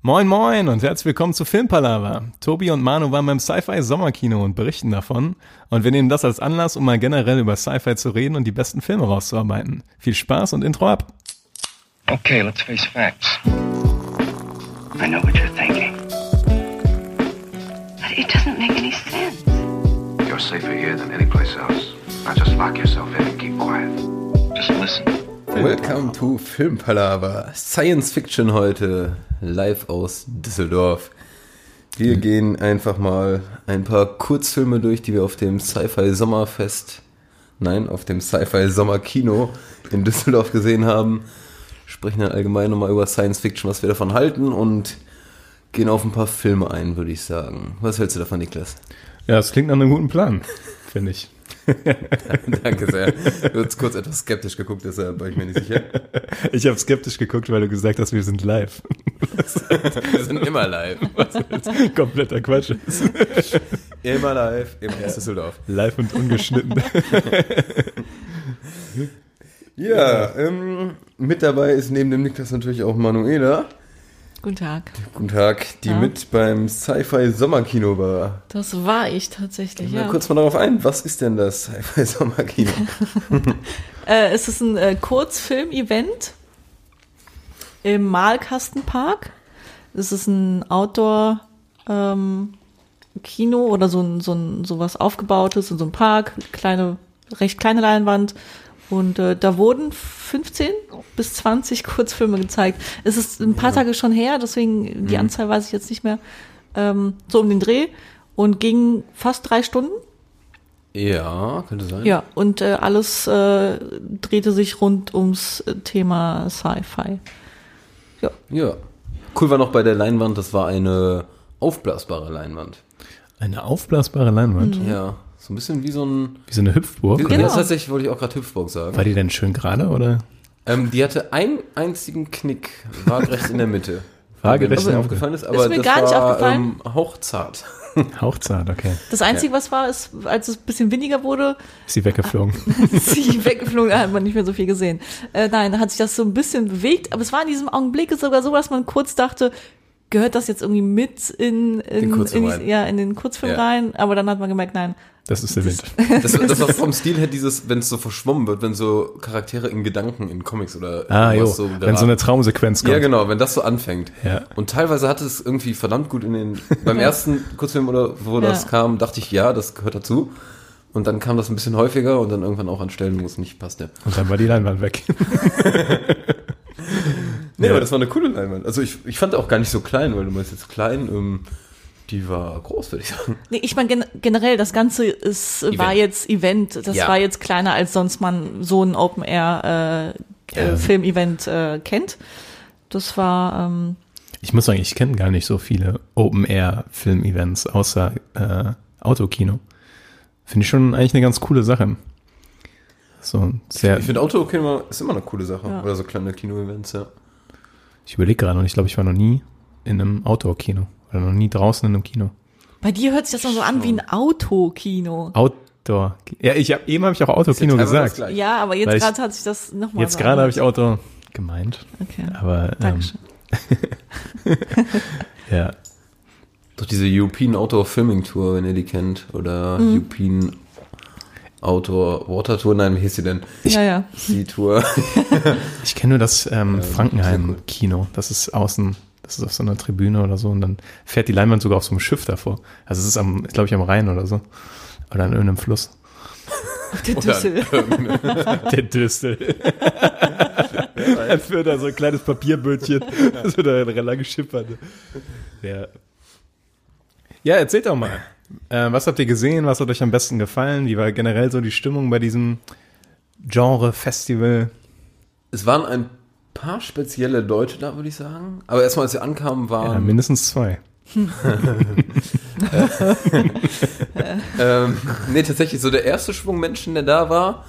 Moin Moin und herzlich willkommen zu Filmpalava. Tobi und Manu waren beim Sci-Fi Sommerkino und berichten davon. Und wir nehmen das als Anlass, um mal generell über Sci-Fi zu reden und die besten Filme rauszuarbeiten. Viel Spaß und Intro ab. Okay, let's face facts. I know what you're thinking. But it doesn't make any sense. You're safer here than anyplace else. Now just lock yourself in and keep quiet. Just listen. Welcome to Filmpalava. Science Fiction heute, live aus Düsseldorf. Wir gehen einfach mal ein paar Kurzfilme durch, die wir auf dem Sci-Fi Sommerfest, nein, auf dem Sci-Fi Sommerkino in Düsseldorf gesehen haben. Sprechen dann allgemein nochmal über Science Fiction, was wir davon halten und gehen auf ein paar Filme ein, würde ich sagen. Was hältst du davon, Niklas? Ja, das klingt nach einem guten Plan, finde ich. Danke sehr. Du hast kurz etwas skeptisch geguckt, deshalb war ich mir nicht sicher. Ich habe skeptisch geguckt, weil du gesagt hast, wir sind live. Wir sind immer live. Kompletter Quatsch. ist. Immer live, immer aus Düsseldorf. Live und ungeschnitten. Ja, ähm, mit dabei ist neben dem Niklas natürlich auch Manuela. Guten Tag. Guten Tag, die Ja. mit beim Sci-Fi Sommerkino war. Das war ich tatsächlich, Ja. ja. kurz mal darauf ein, was ist denn das Sci-Fi Sommerkino? Äh, es ist ein äh, Kurzfilm-Event im Malkastenpark. Es ist ein Outdoor- ähm, Kino oder so ein, so ein sowas aufgebautes in so einem Park, kleine, recht kleine Leinwand. Und äh, da wurden 15 bis 20 Kurzfilme gezeigt. Es ist ein paar Tage schon her, deswegen die Anzahl weiß ich jetzt nicht mehr. Ähm, so um den Dreh und ging fast drei Stunden. ja, könnte sein. Ja, und äh, alles äh, drehte sich rund ums äh, Thema Sci-Fi. Ja, ja. Cool war noch bei der Leinwand, das war eine aufblasbare Leinwand. Eine aufblasbare Leinwand. Ja, so ein bisschen wie so ein... Wie so eine Hüpfburg. Genau. oder? Das tatsächlich wollte ich auch gerade Hüpfburg sagen. War die denn schön gerade oder? Ähm, die hatte einen einzigen Knick, waagrecht in der Mitte. Waagerecht Mir in der Mitte. aufgefallen ist, aber mir das gar nicht war aufgefallen. ähm, hauchzart. Hauchzart, okay. das Einzige, was war, ist, als es ein bisschen windiger wurde, Ist sie weggeflogen. ist sie weggeflogen, da hat man nicht mehr so viel gesehen. Äh, nein, da hat sich das so ein bisschen bewegt, aber es war in diesem Augenblick sogar so, dass man kurz dachte, gehört das jetzt irgendwie mit in, in, Den Kurzfilm in, rein. die, ja, in den Kurzfilm Ja. rein, aber dann hat man gemerkt, nein. Das ist der Wind. Das, das war vom Stil her dieses, wenn es so verschwommen wird, wenn so Charaktere in Gedanken in Comics oder Ah, jo. irgendwas Wenn so eine Traumsequenz kommt. Ja, genau, wenn das so anfängt. Ja. Und teilweise hat es irgendwie verdammt gut in den, beim ersten Kurzfilm oder wo Ja. das kam, dachte ich, ja, das gehört dazu. Und dann kam das ein bisschen häufiger und dann irgendwann auch an Stellen, wo es nicht passte. Und dann war die Leinwand weg. Nee, Ja. aber das war eine coole Leinwand. Also ich, ich fand auch gar nicht so klein, weil du meinst jetzt klein, ähm, die war groß, würde ich sagen. Nee, ich meine gen generell, das Ganze ist, äh, war jetzt Event, das Ja. war jetzt kleiner, als sonst man so ein Ähm. Open-Air-Film-Event äh, kennt. Das war, ähm, Ich muss sagen, ich kenne gar nicht so viele Open-Air-Film-Events außer äh, Autokino. Finde ich schon eigentlich eine ganz coole Sache. So sehr. Ich Ich, finde Autokino ist immer eine coole Sache. Ja. Oder so kleine Kino-Events, ja. überlege gerade und ich glaube, ich war noch nie in einem Outdoor-Kino oder noch nie draußen in einem Kino. bei dir hört sich das dann so an wie ein Autokino. Outdoor. Ja, ich habe eben habe ich auch Autokino Teilweise das gesagt. Gleiche. Ja, aber Weil jetzt ich- gerade hat sich das nochmal Jetzt gerade habe ich Outdoor gemeint, Okay, aber ähm, Dankeschön. ja, Doch diese European Outdoor Filming Tour, wenn ihr die kennt. Oder European Outdoor Water Tour. Nein, wie hieß sie denn? ja, ja. Sea Tour. Ich kenne nur das ähm, sehr Frankenheim-Kino. Das ist außen, das ist auf so einer Tribüne oder so und dann fährt die Leinwand sogar auf so einem Schiff davor. Also es ist am, glaube ich, am Rhein oder so. Oder an irgendeinem Fluss. Der Düssel. Der Düstel. er führt da so ein kleines Papierbötchen. Das wird da lange geschippert. Ja. ja, erzählt doch mal. Äh, was habt ihr gesehen? Was hat euch am besten gefallen? Wie war generell so die Stimmung bei diesem Genre-Festival? es waren ein paar spezielle Leute da, würde ich sagen. Aber erstmal, als wir ankamen, Ja, waren mindestens zwei. Ähm, nee, tatsächlich, so der erste Schwung Menschen, der da war,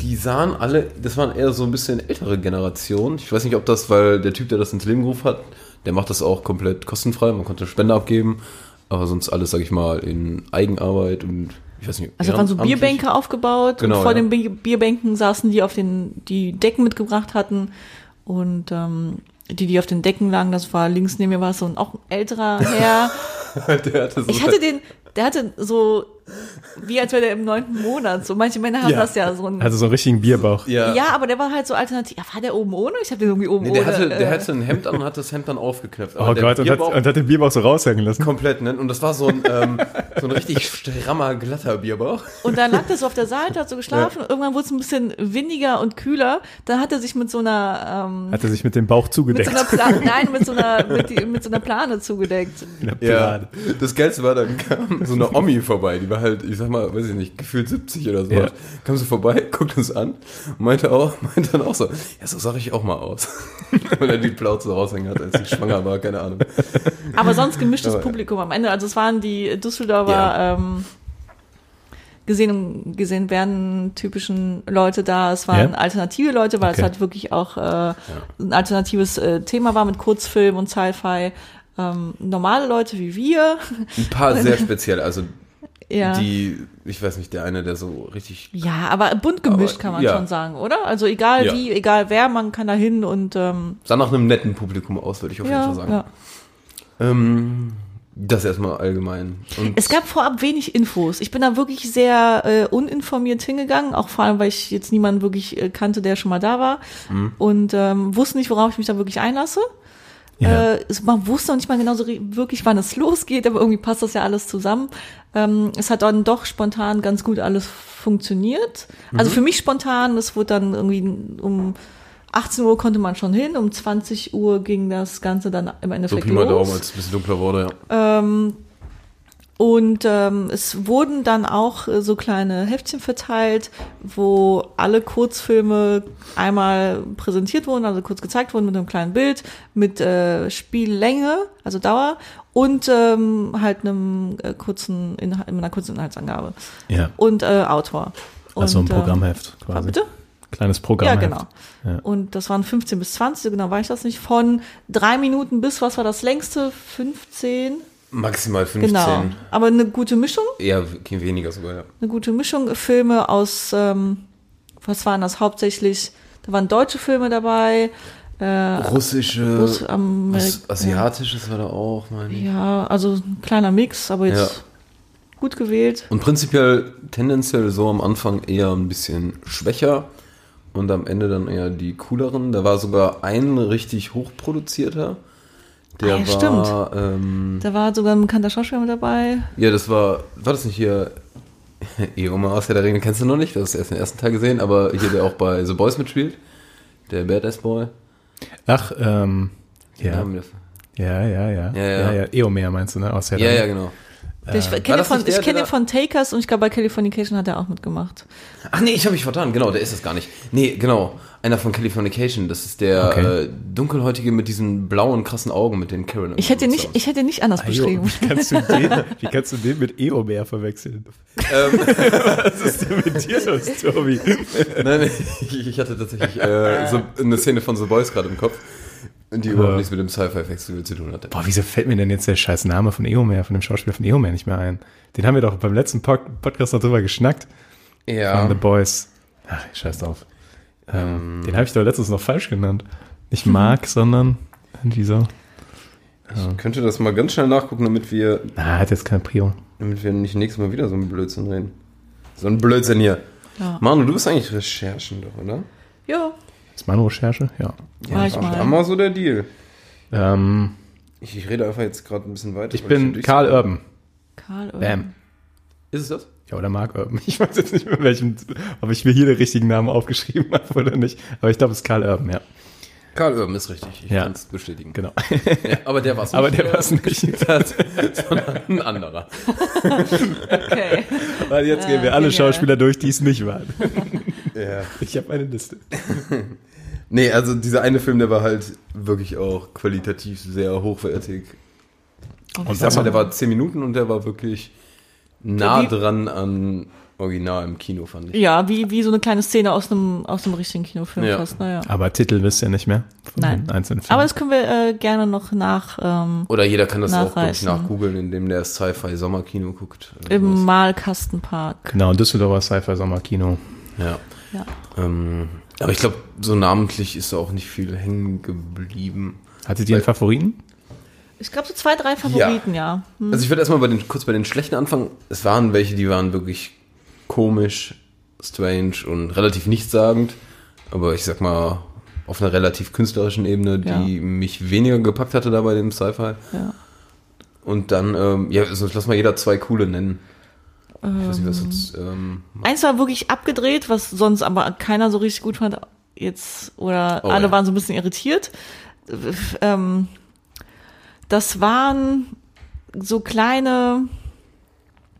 die sahen alle, das waren eher so ein bisschen ältere Generationen. Ich weiß nicht, ob das, weil der Typ, der das ins Leben gerufen hat, der macht das auch komplett kostenfrei, man konnte Spende abgeben, aber sonst alles, sag ich mal, in Eigenarbeit und ich weiß nicht. Also da waren so ehrenamtlich. Bierbänke aufgebaut Genau, und vor ja. den Bi- Bierbänken saßen die auf den, die Decken mitgebracht hatten. Und ähm, die, die auf den Decken lagen, das war links neben mir war so ein auch ein älterer Herr. Der hatte so Ich hatte den, der hatte so, wie als wäre der im neunten Monat. So manche Männer haben Ja. das ja so ein. Also so einen richtigen Bierbauch. ja. ja, aber der war halt so alternativ. Ja, war der oben ohne? Ich habe den irgendwie oben Nee, ohne. der, hatte, äh, der hatte ein Hemd an und hat das Hemd dann aufgeknöpft. Aber Oh der Gott, und hat, Bierbauch und hat den Bierbauch so raushängen lassen. komplett, ne? Und das war so ein, ähm, so ein richtig strammer, glatter Bierbauch. Und dann lag der so auf der Seite, hat so geschlafen. Irgendwann wurde es ein bisschen windiger und kühler. Dann hat er sich mit so einer, ähm, Hat er sich mit dem Bauch mit zugedeckt. so einer Plane, nein, mit so einer, mit, die, mit so einer Plane zugedeckt. In der Plane. Ja, das Geilste war, dann kam so eine Omi vorbei, die war halt, ich sag mal, weiß ich nicht, gefühlt 70 oder so. Ja. Kam so vorbei, guckt uns an, meinte auch, meinte dann auch so, ja, so sag ich auch mal aus. Weil er die Plauze raushängen hat, als sie schwanger war, keine Ahnung. Aber sonst gemischtes Aber- äh, Publikum am Ende. Also es waren die Düsseldorfer Ja. ähm, gesehen und gesehen werden typischen Leute da. Es waren Ja. alternative Leute, weil Okay. es halt wirklich auch äh, ein alternatives äh, Thema war mit Kurzfilm und Sci-Fi. Ähm, normale Leute wie wir. Ein paar sehr speziell, also ja. die, ich weiß nicht, der eine, der so richtig Ja, aber bunt gemischt Aber, kann man ja. schon sagen, oder? Also egal Ja. wie, egal wer, man kann da hin und ähm, sah nach einem netten Publikum aus, würde ich auf jeden ja, Fall sagen. ja. Ähm, das erstmal allgemein. Und Es gab vorab wenig Infos. Ich bin da wirklich sehr äh, uninformiert hingegangen, auch vor allem, weil ich jetzt niemanden wirklich äh, kannte, der schon mal da war Mhm. und ähm, wusste nicht, worauf ich mich da wirklich einlasse. Ja. Äh, es- man wusste auch nicht mal genau so ri- wirklich, wann es losgeht, aber irgendwie passt das ja alles zusammen. Ähm, es hat dann doch spontan ganz gut alles funktioniert. Mhm. Also für mich spontan, es wurde dann irgendwie um 18 Uhr konnte man schon hin, um 20 Uhr ging das Ganze dann im so Endeffekt Pi mal Daumen, los. als es ein bisschen dunkler wurde, ja. Ähm, und ähm, es wurden dann auch äh, so kleine Heftchen verteilt, wo alle Kurzfilme einmal präsentiert wurden, also kurz gezeigt wurden mit einem kleinen Bild, mit äh, Spiellänge, also Dauer und ähm, halt einem äh, kurzen Inhalt, mit einer kurzen Inhaltsangabe Ja. und äh, Autor. Und, Also ein ähm, Programmheft ah, quasi. bitte? Kleines Ja, Programmheft. genau. Und das waren 15 bis 20, so genau weiß ich das nicht, von drei Minuten bis, was war das längste? 15? Maximal 15. Genau. Aber eine gute Mischung, Eher we- weniger sogar, ja. eine gute Mischung. Filme aus, ähm, was waren das hauptsächlich? Da waren deutsche Filme dabei. Äh, Russische, Russ- Amerik- was Asiatisches war da auch, meine ich. ja, also ein kleiner Mix, aber jetzt Ja. gut gewählt. Und prinzipiell tendenziell so am Anfang eher ein bisschen schwächer und am Ende dann eher die cooleren. Da war sogar ein richtig hochproduzierter. Der Ah, ja, war, ähm, Da war sogar ein bekannter Schauspieler mit dabei. ja, das war, war das nicht hier Eoma aus Herr der Ringe, kennst du noch nicht, das hast du erst den ersten Tag gesehen, aber hier, der auch bei The Boys mitspielt, der Badass Boy. Ach, ähm, ja, Namen- ja, ja, ja. Ja, ja. Eomer meinst du, ne? Aus der ja, ja, genau. ich kenne ihn das von, nicht der, ich kenn der da- ihn von Takers und ich glaube, bei Californication hat er auch mitgemacht. Ach nee, ich habe mich vertan. Genau, der ist es gar nicht. Nee, genau. Einer von Californication. Das ist der Okay. äh, dunkelhäutige mit diesen blauen, krassen Augen, mit den Karen. Ich hätte ihn nicht, ich hätte ihn nicht anders Ah, beschrieben. Ah, Wie kannst, du den, wie kannst du den mit Eomer verwechseln? Was ist denn mit dir los, Tobi? Nein, ich, ich hatte tatsächlich äh, so eine Szene von The Boys gerade im Kopf, die überhaupt nichts mit dem Sci-Fi-Festival zu tun hatte. Boah, wieso fällt mir denn jetzt der scheiß Name von Eomer, von dem Schauspieler von Eomer nicht mehr ein? Den haben wir doch beim letzten Pod Podcast noch drüber geschnackt. Ja. Von The Boys. Ähm, Ach, scheiß drauf. Ähm, Den habe ich doch letztens noch falsch genannt. Nicht Mark, sondern irgendwie so. Ich könnte das mal ganz schnell nachgucken, damit wir, Na, hat jetzt keine Prio. damit wir nicht nächstes Mal wieder so einen Blödsinn reden. So einen Blödsinn hier. Ja. Manu, du bist eigentlich Recherchen doch, oder? Ja, Ist meine Recherche? Ja. war ich Ach, mal. Hammer so der Deal. Ähm, Ich, ich rede einfach jetzt gerade ein bisschen weiter. ich weil schon bin durch- Karl Urban. Karl Urban. Bam. Ist es das? Ja, oder Mark Urban. Ich weiß jetzt nicht mehr, welchen, ob ich mir hier den richtigen Namen aufgeschrieben habe oder nicht. Aber ich glaube, es ist Karl Urban, ja. Karl Urban ist richtig. Ich Ja. kann's bestätigen. Genau. Ja, aber der war's Aber der war es nicht. hat, sondern ein anderer. Okay. Weil jetzt gehen wir Ah, alle genial. Schauspieler durch, die es nicht waren. Ja. Ich habe eine Liste. Nee, also dieser eine Film, der war halt wirklich auch qualitativ sehr hochwertig. Ich sag mal, der war 10 Minuten und der war wirklich nah Wie- dran an Original im Kino, fand ich. Ja, wie, wie so eine kleine Szene aus einem, aus einem richtigen Kinofilm Ja. fast. Naja. Aber Titel wisst ihr nicht mehr von Nein. den einzelnen Filmen. Aber das können wir äh, gerne noch nach ähm, Oder jeder kann das auch, glaube ich, Nachreißen. nachgoogeln, indem der Sci-Fi-Sommerkino guckt. oder im sowas. Malkastenpark. genau, Düsseldorfer Sci-Fi Sommerkino. Ja. Ja. Ähm, aber ich glaube, so namentlich ist da auch nicht viel hängen geblieben. Hattet ihr einen Favoriten? Ich glaube, so zwei, drei Favoriten, ja. Also ich würde erstmal bei den, kurz bei den schlechten anfangen. Es waren welche, die waren wirklich komisch, strange und relativ nichtssagend. Aber ich sag mal, auf einer relativ künstlerischen Ebene, die Ja. mich weniger gepackt hatte da bei dem Sci-Fi. Ja. Und dann, ähm, ja, sonst lass mal jeder zwei coole nennen. Ich weiß nicht, was jetzt, ähm, Eins war wirklich abgedreht, was sonst aber keiner so richtig gut fand. Jetzt, oder Oh, alle ja. waren so ein bisschen irritiert. F- Ähm, das waren so kleine, so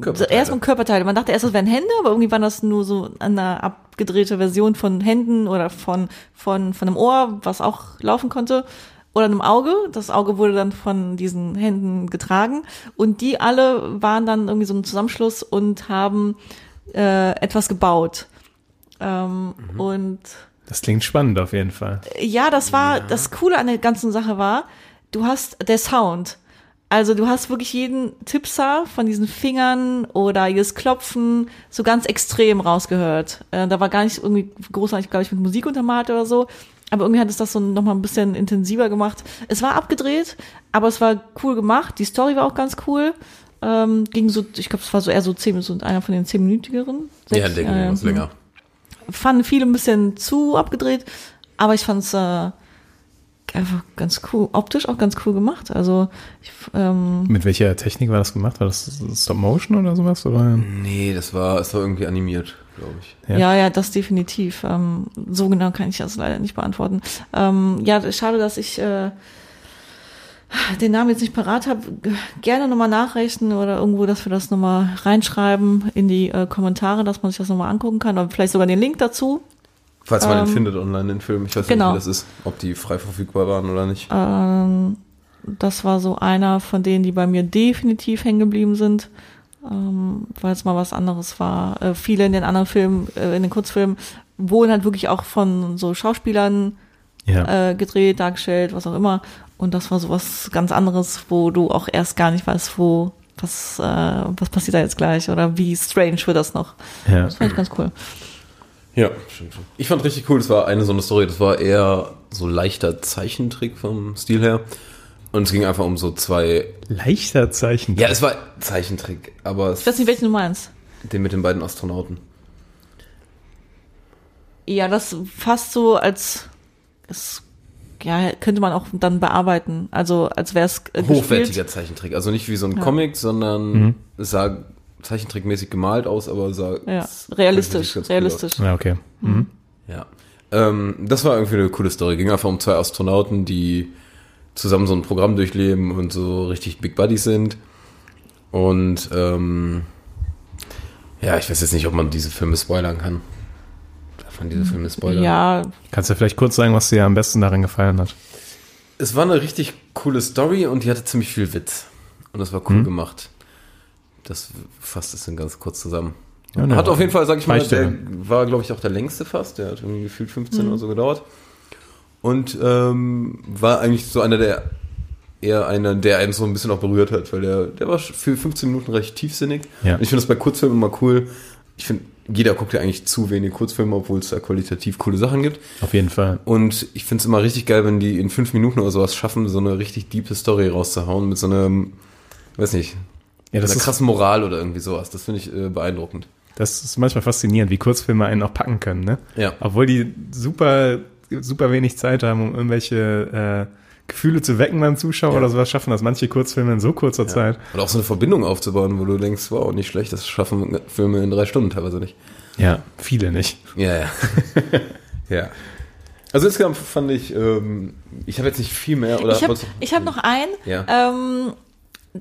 Körperteile. erstmal Körperteile. Man dachte erst, das wären Hände, aber irgendwie waren das nur so eine abgedrehte Version von Händen oder von, von, von einem Ohr, was auch laufen konnte. Oder einem Auge. Das Auge wurde dann von diesen Händen getragen. Und die alle waren dann irgendwie so ein Zusammenschluss und haben äh, etwas gebaut. Ähm, Und Das klingt spannend auf jeden Fall. ja, das war das Coole an der ganzen Sache war, du hast der Sound. Also du hast wirklich jeden Tipser von diesen Fingern oder jedes Klopfen so ganz extrem rausgehört. Äh, da war gar nicht irgendwie großartig, glaube ich, mit Musik untermalt oder so. Aber irgendwie hat es das so nochmal ein bisschen intensiver gemacht. Es war abgedreht, aber es war cool gemacht. Die Story war auch ganz cool. Ähm, ging so, ich glaube, es war so eher so zehn, so einer von den zehnminütigeren. ja, Sechs, der äh, ging uns länger. fanden viele ein bisschen zu abgedreht, aber ich fand es äh, einfach ganz cool, optisch auch ganz cool gemacht. Also ich, ähm, Mit welcher Technik war das gemacht? War das Stop Motion oder sowas? Oder? hm. Nee, das war, es war irgendwie animiert, glaube ich. Ja. ja. ja, das definitiv. Ähm, so genau kann ich das leider nicht beantworten. Ähm, ja, schade, dass ich äh, den Namen jetzt nicht parat habe. G- Gerne nochmal nachrechnen oder irgendwo, dass wir das nochmal reinschreiben in die äh, Kommentare, dass man sich das nochmal angucken kann oder vielleicht sogar den Link dazu. Falls man den findet online, den Film. Ich weiß Ähm. genau. nicht, wie das ist, ob die frei verfügbar waren oder nicht. Ähm, das war so einer von denen, die bei mir definitiv hängen geblieben sind, ähm, weil es mal was anderes war. Äh, viele in den anderen Filmen, äh, in den Kurzfilmen, wurden halt wirklich auch von so Schauspielern Ja. äh, gedreht, dargestellt, was auch immer. Und das war so was ganz anderes, wo du auch erst gar nicht weißt, wo, was, äh, was passiert da jetzt gleich oder wie strange wird das noch. ja. Das fand ich ganz cool. Ja, stimmt schon. Ich fand richtig cool, das war eine so eine Story, das war eher so leichter Zeichentrick vom Stil her. Und es ging einfach um so zwei. Leichter Zeichen. Ja, es war Zeichentrick, aber es, Ich weiß nicht, welchen du meinst. den mit den beiden Astronauten. Ja, das fast so als das ja, könnte man auch dann bearbeiten. Also als wäre es Hochwertiger Zeichentrick. Also nicht wie so ein Comic, sondern Mhm. es sah zeichentrickmäßig gemalt aus, aber sah. Ja, es realistisch, ganz cool realistisch. Ja, okay. Mhm. Ja. Ähm, das war irgendwie eine coole Story. Ging einfach um zwei Astronauten, die zusammen so ein Programm durchleben und so richtig Big Buddies sind. Und ähm, ja, ich weiß jetzt nicht, ob man diese Filme spoilern kann. Darf man diese Filme spoilern? Ja, Kannst du vielleicht kurz sagen, was dir am besten daran gefallen hat? Es war eine richtig coole Story und die hatte ziemlich viel Witz. Und das war cool gemacht. Das fasst es dann ganz kurz zusammen. Ja, ne, hat auf jeden Fall, sag ich mal, reicht ja. der war, glaube ich, auch der längste fast. Der hat irgendwie gefühlt 15 oder so gedauert. Und ähm, war eigentlich so einer der, eher einer, der einen so ein bisschen auch berührt hat, weil der, der war für 15 Minuten recht tiefsinnig. Ja. Und ich finde das bei Kurzfilmen immer cool. Ich finde, jeder guckt ja eigentlich zu wenig Kurzfilme, obwohl es da qualitativ coole Sachen gibt. Auf jeden Fall. Und ich finde es immer richtig geil, wenn die in fünf Minuten oder sowas schaffen, so eine richtig diepe Story rauszuhauen mit so einem, weiß nicht, Ja, das einer ist, krassen Moral oder irgendwie sowas. Das finde ich äh, beeindruckend. das ist manchmal faszinierend, wie Kurzfilme einen auch packen können, ne? Ja. Obwohl die super, super wenig Zeit haben, um irgendwelche äh, Gefühle zu wecken beim Zuschauer oder sowas, schaffen das manche Kurzfilme in so kurzer Zeit. Oder auch so eine Verbindung aufzubauen, wo du denkst, wow, nicht schlecht, das schaffen Filme in drei Stunden teilweise nicht. Ja, viele nicht. Ja, ja. ja. Also insgesamt fand ich, ähm, ich habe jetzt nicht viel mehr oder ich habe wolltest du- ich hab noch einen. Ja. Ähm,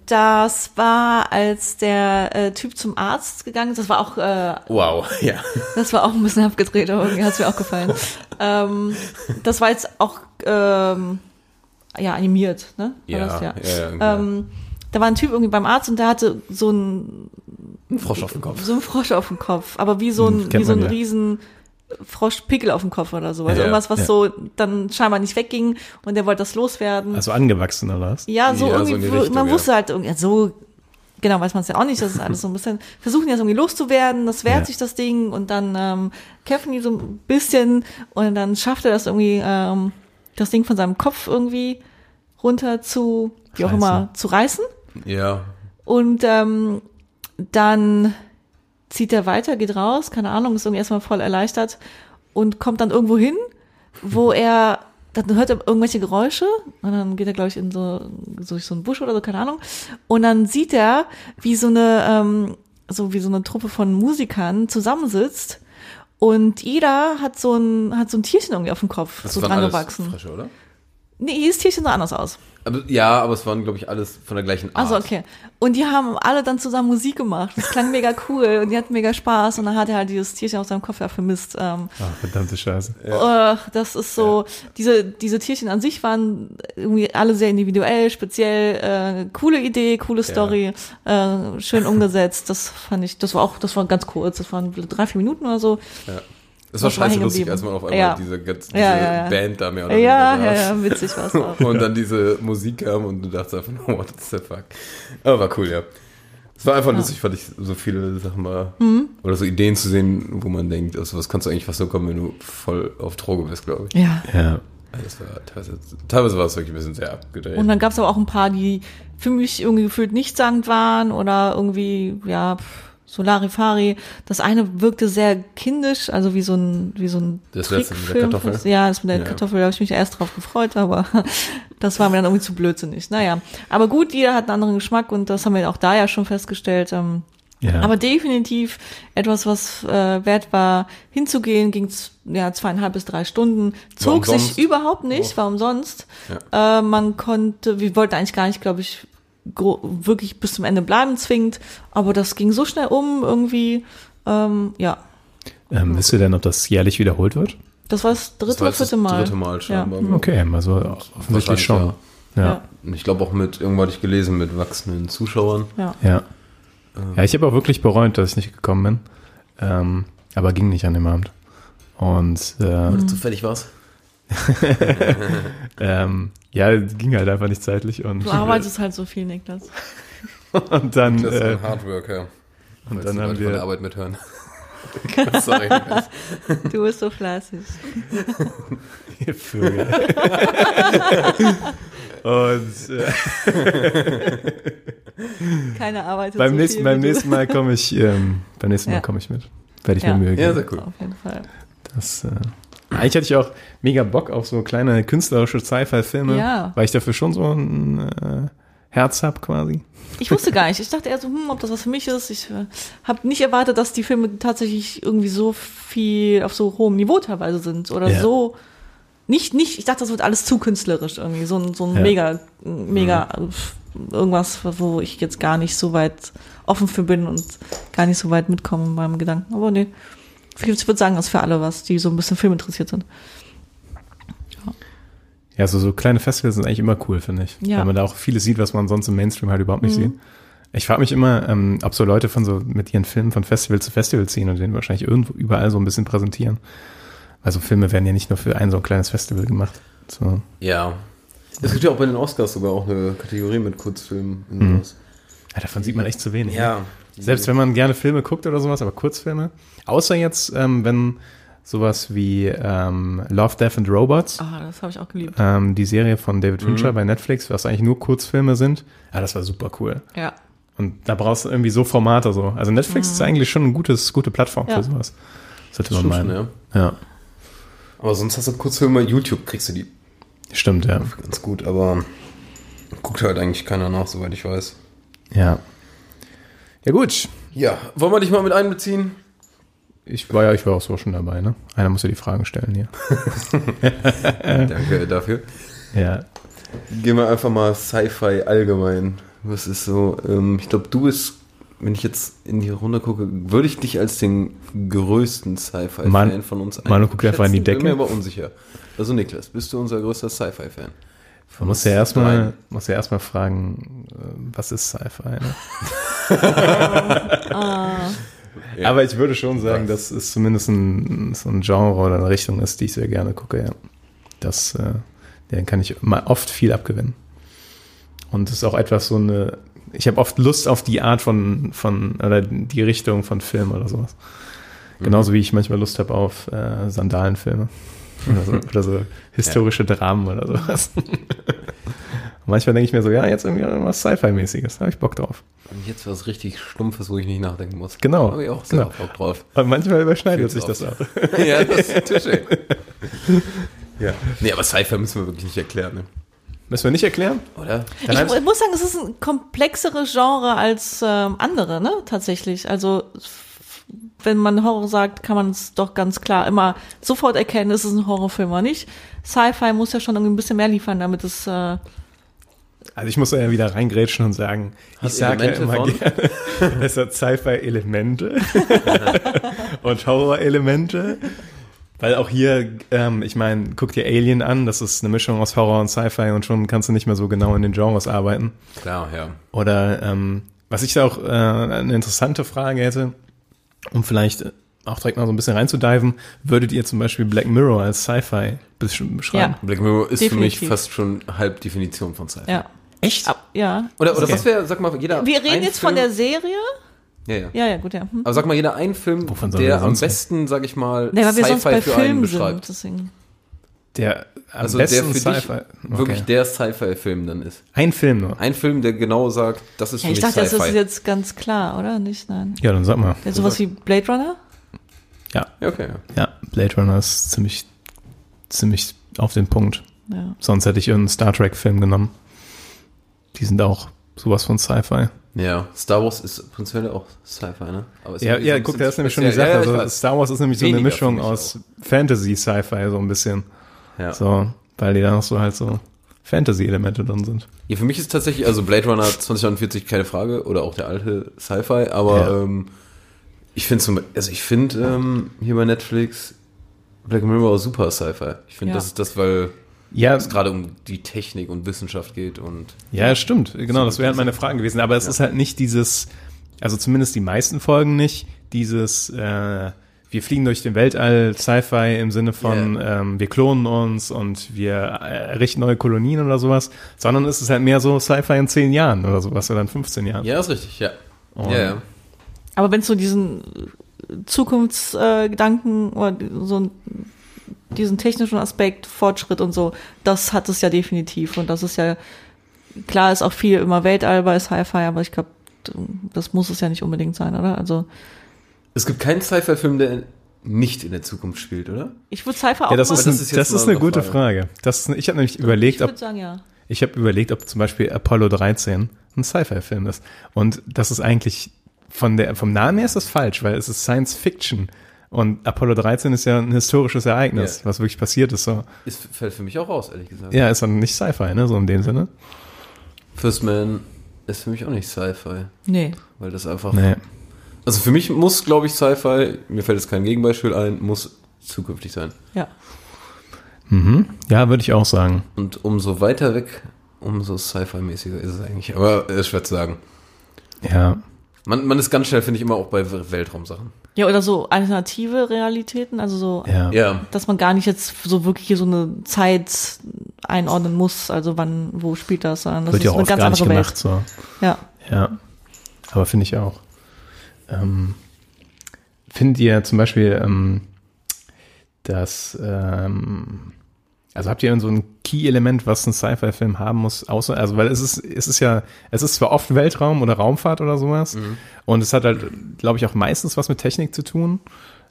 das war, als der äh, Typ zum Arzt gegangen ist. Das war auch, äh, Wow, ja. das war auch ein bisschen abgedreht, aber irgendwie hat es mir auch gefallen. ähm, das war jetzt auch ähm, ja animiert, ne? War Ja, das, ja, ja, irgendwie, ja. ähm, da war ein Typ irgendwie beim Arzt und der hatte so ein Ein Frosch auf dem Kopf. so ein Frosch auf dem Kopf, aber wie so Hm, ein, kennt wie so man ein ja. riesen Froschpickel auf dem Kopf oder so. Also Ja, irgendwas, was ja. so dann scheinbar nicht wegging und der wollte das loswerden. Also angewachsen oder was? ja, so Ja, so in irgendwie, die wo- Richtung, man ja. wusste halt irgendwie, so genau weiß man es ja auch nicht, das ist alles so ein bisschen, versuchen jetzt irgendwie loszuwerden, das wehrt Ja. sich das Ding und dann ähm, kämpfen die so ein bisschen und dann schafft er das irgendwie ähm, das Ding von seinem Kopf irgendwie runter zu, wie auch Reißen. immer, zu reißen. Ja. Und ähm, dann zieht er weiter, geht raus, keine Ahnung, ist irgendwie erstmal voll erleichtert und kommt dann irgendwo hin, wo er, dann hört er irgendwelche Geräusche und dann geht er, glaube ich, in so, durch so einen Busch oder so, keine Ahnung. Und dann sieht er, wie so eine, ähm, so wie so eine Truppe von Musikern zusammensitzt und jeder hat so ein, hat so ein Tierchen irgendwie auf dem Kopf, so waren dran alles gewachsen. Frische, oder? Nee, jedes Tierchen sah anders aus. Aber, ja, aber es waren, glaube ich, alles von der gleichen Art. Also okay. Und die haben alle dann zusammen Musik gemacht. Das klang mega cool und die hatten mega Spaß und dann hat er halt dieses Tierchen auf seinem Kopf ja vermisst. Ähm, Ah, verdammte Scheiße. ach, das ist so, diese, diese Tierchen an sich waren irgendwie alle sehr individuell, speziell, äh, coole Idee, coole Story, äh, schön umgesetzt. Das fand ich, das war auch, das war ganz kurz, das waren drei, vier Minuten oder so. Es war Das war scheiße hängen lustig, geblieben. als man auf einmal Ja. diese, ganze, diese Ja, ja, ja. Band da mehr oder Ja, weniger ja, saß. ja, witzig war's auch. Und dann diese Musik kam und du dachtest einfach, nur, what the fuck. Aber war cool, ja. Es war einfach lustig, fand ich, so viele Sachen mal, Mhm. oder so Ideen zu sehen, wo man denkt, also was kannst du eigentlich fast nur kommen, wenn du voll auf Droge bist, glaube ich. Ja. Ja. Also das war teilweise, teilweise war es wirklich ein bisschen sehr abgedreht. Und dann gab's aber auch ein paar, die für mich irgendwie gefühlt nichtssagend waren oder irgendwie, ja, pff, Solarifari. Das eine wirkte sehr kindisch, also wie so ein, wie so ein Das letzte mit der Trickfilm. Kartoffel? Ja, das mit der Ja. Kartoffel, da habe ich mich erst drauf gefreut, aber das war mir dann irgendwie zu blödsinnig. Naja, aber gut, jeder hat einen anderen Geschmack und das haben wir auch da ja schon festgestellt. Ähm, Ja. aber definitiv etwas, was äh, wert war, hinzugehen, ging z- ja, zweieinhalb bis drei Stunden, zog umsonst. sich überhaupt nicht, Oh. war umsonst. Äh, man konnte, wir wollten eigentlich gar nicht, glaube ich, gro- wirklich bis zum Ende bleiben zwingend, aber das ging so schnell um irgendwie, ähm, ja, Ähm, wisst ihr denn, ob das jährlich wiederholt wird? das war das dritte das war oder jetzt das vierte Mal. Mhm. dritte Mal scheinbar. glaub ich. Okay, also offensichtlich Wahrscheinlich, schon. Ja. Ja, ja, Und ich glaube auch mit, irgendwo hatte ich gelesen, mit wachsenden Zuschauern. ja. Ja. Ja, ich habe auch wirklich bereut, dass ich nicht gekommen bin. Ähm, aber ging nicht an dem Abend. Und äh, Mhm. Zufällig war es. ähm, ja, ging halt einfach nicht zeitlich. Und, Du arbeitest halt so viel, Niklas. und dann, Das ist äh, ein Hardworker. und dann haben von der wir. Arbeit mithören. Sorry. Du bist so fleißig. Vögel. und äh, Keine Arbeit. beim, so nächsten, viel beim wie du. nächsten Mal komme ich, ähm, beim nächsten Mal Ja. komme ich mit. Werde ich Ja. mir Mühe ja, geben. sehr cool. Auf jeden Fall. Das, äh, eigentlich hatte ich auch mega Bock auf so kleine künstlerische Sci-Fi-Filme, Ja. weil ich dafür schon so ein äh, Herz habe quasi. Ich wusste gar nicht. Ich dachte eher so, hm, ob das was für mich ist. Ich äh, habe nicht erwartet, dass die Filme tatsächlich irgendwie so viel auf so hohem Niveau teilweise sind oder Ja. so. Nicht, nicht. Ich dachte, das wird alles zu künstlerisch irgendwie. So ein, so ein Ja. Mhm. mega, mega äh, irgendwas, wo ich jetzt gar nicht so weit offen für bin und gar nicht so weit mitkomme in meinem Gedanken. Aber nee. Ich würde sagen, das ist für alle was, die so ein bisschen Film interessiert sind. Ja, so, so kleine Festivals sind eigentlich immer cool, finde ich. Ja. Mhm. Weil man da auch vieles sieht, was man sonst im Mainstream halt überhaupt nicht sieht. Ich frage mich immer, ähm, ob so Leute von so mit ihren Filmen von Festival zu Festival ziehen und den wahrscheinlich irgendwo überall so ein bisschen präsentieren. Also Filme werden ja nicht nur für ein so ein kleines Festival gemacht. So. Ja. Es gibt ja auch bei den Oscars sogar auch eine Kategorie mit Kurzfilmen. und sowas. Ja, davon sieht man echt zu wenig. ne? Ja. Mhm. Selbst wenn man gerne Filme guckt oder sowas, aber Kurzfilme. Außer jetzt, ähm, wenn sowas wie ähm, Love, Death and Robots, Ah, das habe ich auch geliebt. ähm, die Serie von David Fincher bei Netflix, was eigentlich nur Kurzfilme sind. Ja, das war super cool. Ja. Und da brauchst du irgendwie so Formate so. Also Netflix ist eigentlich schon eine gutes, gute Plattform Ja. für sowas. Sollte Das man stimmt meinen. schon, ja. Aber sonst hast du Kurzfilme, YouTube kriegst du die Stimmt, ja. ganz gut, aber guckt halt eigentlich keiner nach, soweit ich weiß. Ja. Ja, gut. Ja, wollen wir dich mal mit einbeziehen? Ich war ja, ich war auch so schon dabei, ne? Einer muss ja die Fragen stellen hier. Danke dafür. Ja. Gehen wir einfach mal Sci-Fi allgemein. Was ist so? Ähm, ich glaube, du bist, wenn ich jetzt in die Runde gucke, würde ich dich als den größten Sci-Fi-Fan Man- von uns Manu guckt einfach in die einschätzen, Bin Decke. mir aber unsicher. Also Niklas, bist du unser größter Sci-Fi-Fan? Man muss ja erstmal, muss ja erstmal fragen, äh, was ist Sci-Fi? Ne? Aber ich würde schon sagen, dass es zumindest ein, so ein Genre oder eine Richtung ist, die ich sehr gerne gucke, ja. Das, äh, den kann ich mal oft viel abgewinnen. Und es ist auch etwas so eine, ich habe oft Lust auf die Art von, von, oder die Richtung von Film oder sowas. Genauso wie ich manchmal Lust habe auf äh, Sandalenfilme. Oder so, oder so historische Dramen oder sowas. Manchmal denke ich mir so, ja, jetzt irgendwie was Sci-Fi-mäßiges, da habe ich Bock drauf. Und jetzt was richtig Stumpfes, wo ich nicht nachdenken muss. Genau. Da habe ich auch sehr Genau. Bock drauf. Und manchmal überschneidet Fühlt's sich das auch. oft. ja, das ist Tische. ja. Nee, aber Sci-Fi müssen wir wirklich nicht erklären, ne? halt Müssen wir nicht erklären? oder? Ich, heißt- mu- muss sagen, es ist ein komplexeres Genre als ähm, andere, ne? Tatsächlich. Also f- wenn man Horror sagt, kann man es doch ganz klar immer sofort erkennen, ist es ein Horrorfilm oder nicht. Sci-Fi muss ja schon irgendwie ein bisschen mehr liefern, damit es äh, Also ich muss da ja wieder reingrätschen und sagen, Hast ich sage ja Elemente immer von? gerne, es hat Sci-Fi-Elemente und Horror-Elemente. Weil auch hier, ähm, ich meine, guck dir Alien an, das ist eine Mischung aus Horror und Sci-Fi und schon kannst du nicht mehr so genau in den Genres arbeiten. Klar, ja. Oder ähm, was ich da auch äh, eine interessante Frage hätte, um vielleicht auch direkt mal so ein bisschen reinzudiven, würdet ihr zum Beispiel Black Mirror als Sci-Fi besch- beschreiben? Ja. Black Mirror ist für mich Definitiv. fast schon halb Definition von Sci-Fi. ja. Echt? Ab, ja. Oder, oder Okay. was wäre, sag mal, jeder. Wir reden ein jetzt von der Film- Also Serie. Ja, ja. Ja, ja, gut, ja. Hm. Aber sag mal, jeder ein Film, Wovon sollen wir der am sonst reden? besten, sag ich mal, Nee, weil wir sonst Sci-Fi bei für einen Filmen beschreibt. sind, deswegen. Der am Also der besten für dich Sci-Fi. wirklich der Sci-Fi-Film dann ist. Ein Film nur. Ein Film, der genau sagt, das ist Ja, für ich mich dachte, das ist Sci-Fi. Also jetzt ganz klar, oder? Nicht, nein. Ja, dann sag mal. Ja, sowas wie Blade Runner? Ja, Ja, okay. ja. ja, Blade Runner ist ziemlich, ziemlich auf den Punkt. Ja. Sonst hätte ich irgendeinen Star Trek-Film genommen. Die sind auch sowas von Sci-Fi. Ja, Star Wars ist prinzipiell auch Sci-Fi, ne? Aber es Ja, ist ja, ein guck, bisschen das ist nämlich schon die speziell. Sache. Ja, ja, ich also weiß. Star Wars ist nämlich so eine Weniger Mischung für mich aus Fantasy-Sci-Fi, so ein bisschen. ja. So, weil die da noch so halt so Fantasy-Elemente drin sind. Ja, für mich ist tatsächlich, also Blade Runner 2049 keine Frage oder auch der alte Sci-Fi, aber Ja. ähm, ich finde zum also ich finde ähm, hier bei Netflix Black Mirror super Sci-Fi. Ich finde, Ja. das ist das, weil Ja, es gerade um die Technik und Wissenschaft geht und ja, stimmt. Genau, das wäre halt meine Frage gewesen. Aber es ist halt nicht dieses, also zumindest die meisten Folgen nicht, dieses, äh, wir fliegen durch den Weltall, Sci-Fi im Sinne von, ähm, wir klonen uns und wir äh, errichten neue Kolonien oder sowas, sondern es ist halt mehr so Sci-Fi in zehn Jahren oder sowas oder in 15 Jahren. ja, ist richtig, ja. Und- ja, ja. Aber wenn es so diesen äh, Zukunftsgedanken äh, oder so diesen technischen Aspekt, Fortschritt und so, das hat es ja definitiv. Und das ist ja, klar ist auch viel immer Weltall bei Sci-Fi, aber ich glaube, das muss es ja nicht unbedingt sein, oder? Also Es gibt keinen Sci-Fi-Film, der nicht in der Zukunft spielt, oder? ich würde Sci-Fi auch Ja, das mal, ist, das ein, ist jetzt das ist mal eine eine gute Frage. Frage. Das ist, eine- ich habe nämlich überlegt, ich ob würde sagen, ja. Ich habe überlegt, ob zum Beispiel Apollo 13 ein Sci-Fi-Film ist. Und das ist eigentlich von der, vom Namen her ist das falsch, weil es ist Science Fiction. Und Apollo 13 ist ja ein historisches Ereignis, Ja. was wirklich passiert ist. So. Es fällt für mich auch raus, ehrlich gesagt. Ja, ist dann nicht Sci-Fi, ne? So in dem Sinne. First Man ist für mich auch nicht Sci-Fi, Nee. weil das einfach Nee. Also für mich muss, glaube ich, Sci-Fi, mir fällt jetzt kein Gegenbeispiel ein, muss zukünftig sein. Ja. Mhm. Ja, würde ich auch sagen. Und umso weiter weg, umso Sci-Fi-mäßiger ist es eigentlich. Aber äh, ist schwer zu sagen. Ja. Man, man ist ganz schnell, finde ich, immer auch bei W- Weltraumsachen. Ja, oder so alternative Realitäten, also so Ja. Ja. dass man gar nicht jetzt so wirklich hier so eine Zeit einordnen muss, also wann, wo spielt das, sondern das Wird ja auch oft gar nicht gemacht. So. Ja. Ja, aber finde ich auch. Ähm, findet ihr zum Beispiel, ähm, dass, ähm, also habt ihr so ein Key-Element, was ein Sci-Fi-Film haben muss, außer, also weil es ist, es ist ja, es ist zwar oft Weltraum oder Raumfahrt oder sowas, und es hat halt, glaube ich, auch meistens was mit Technik zu tun.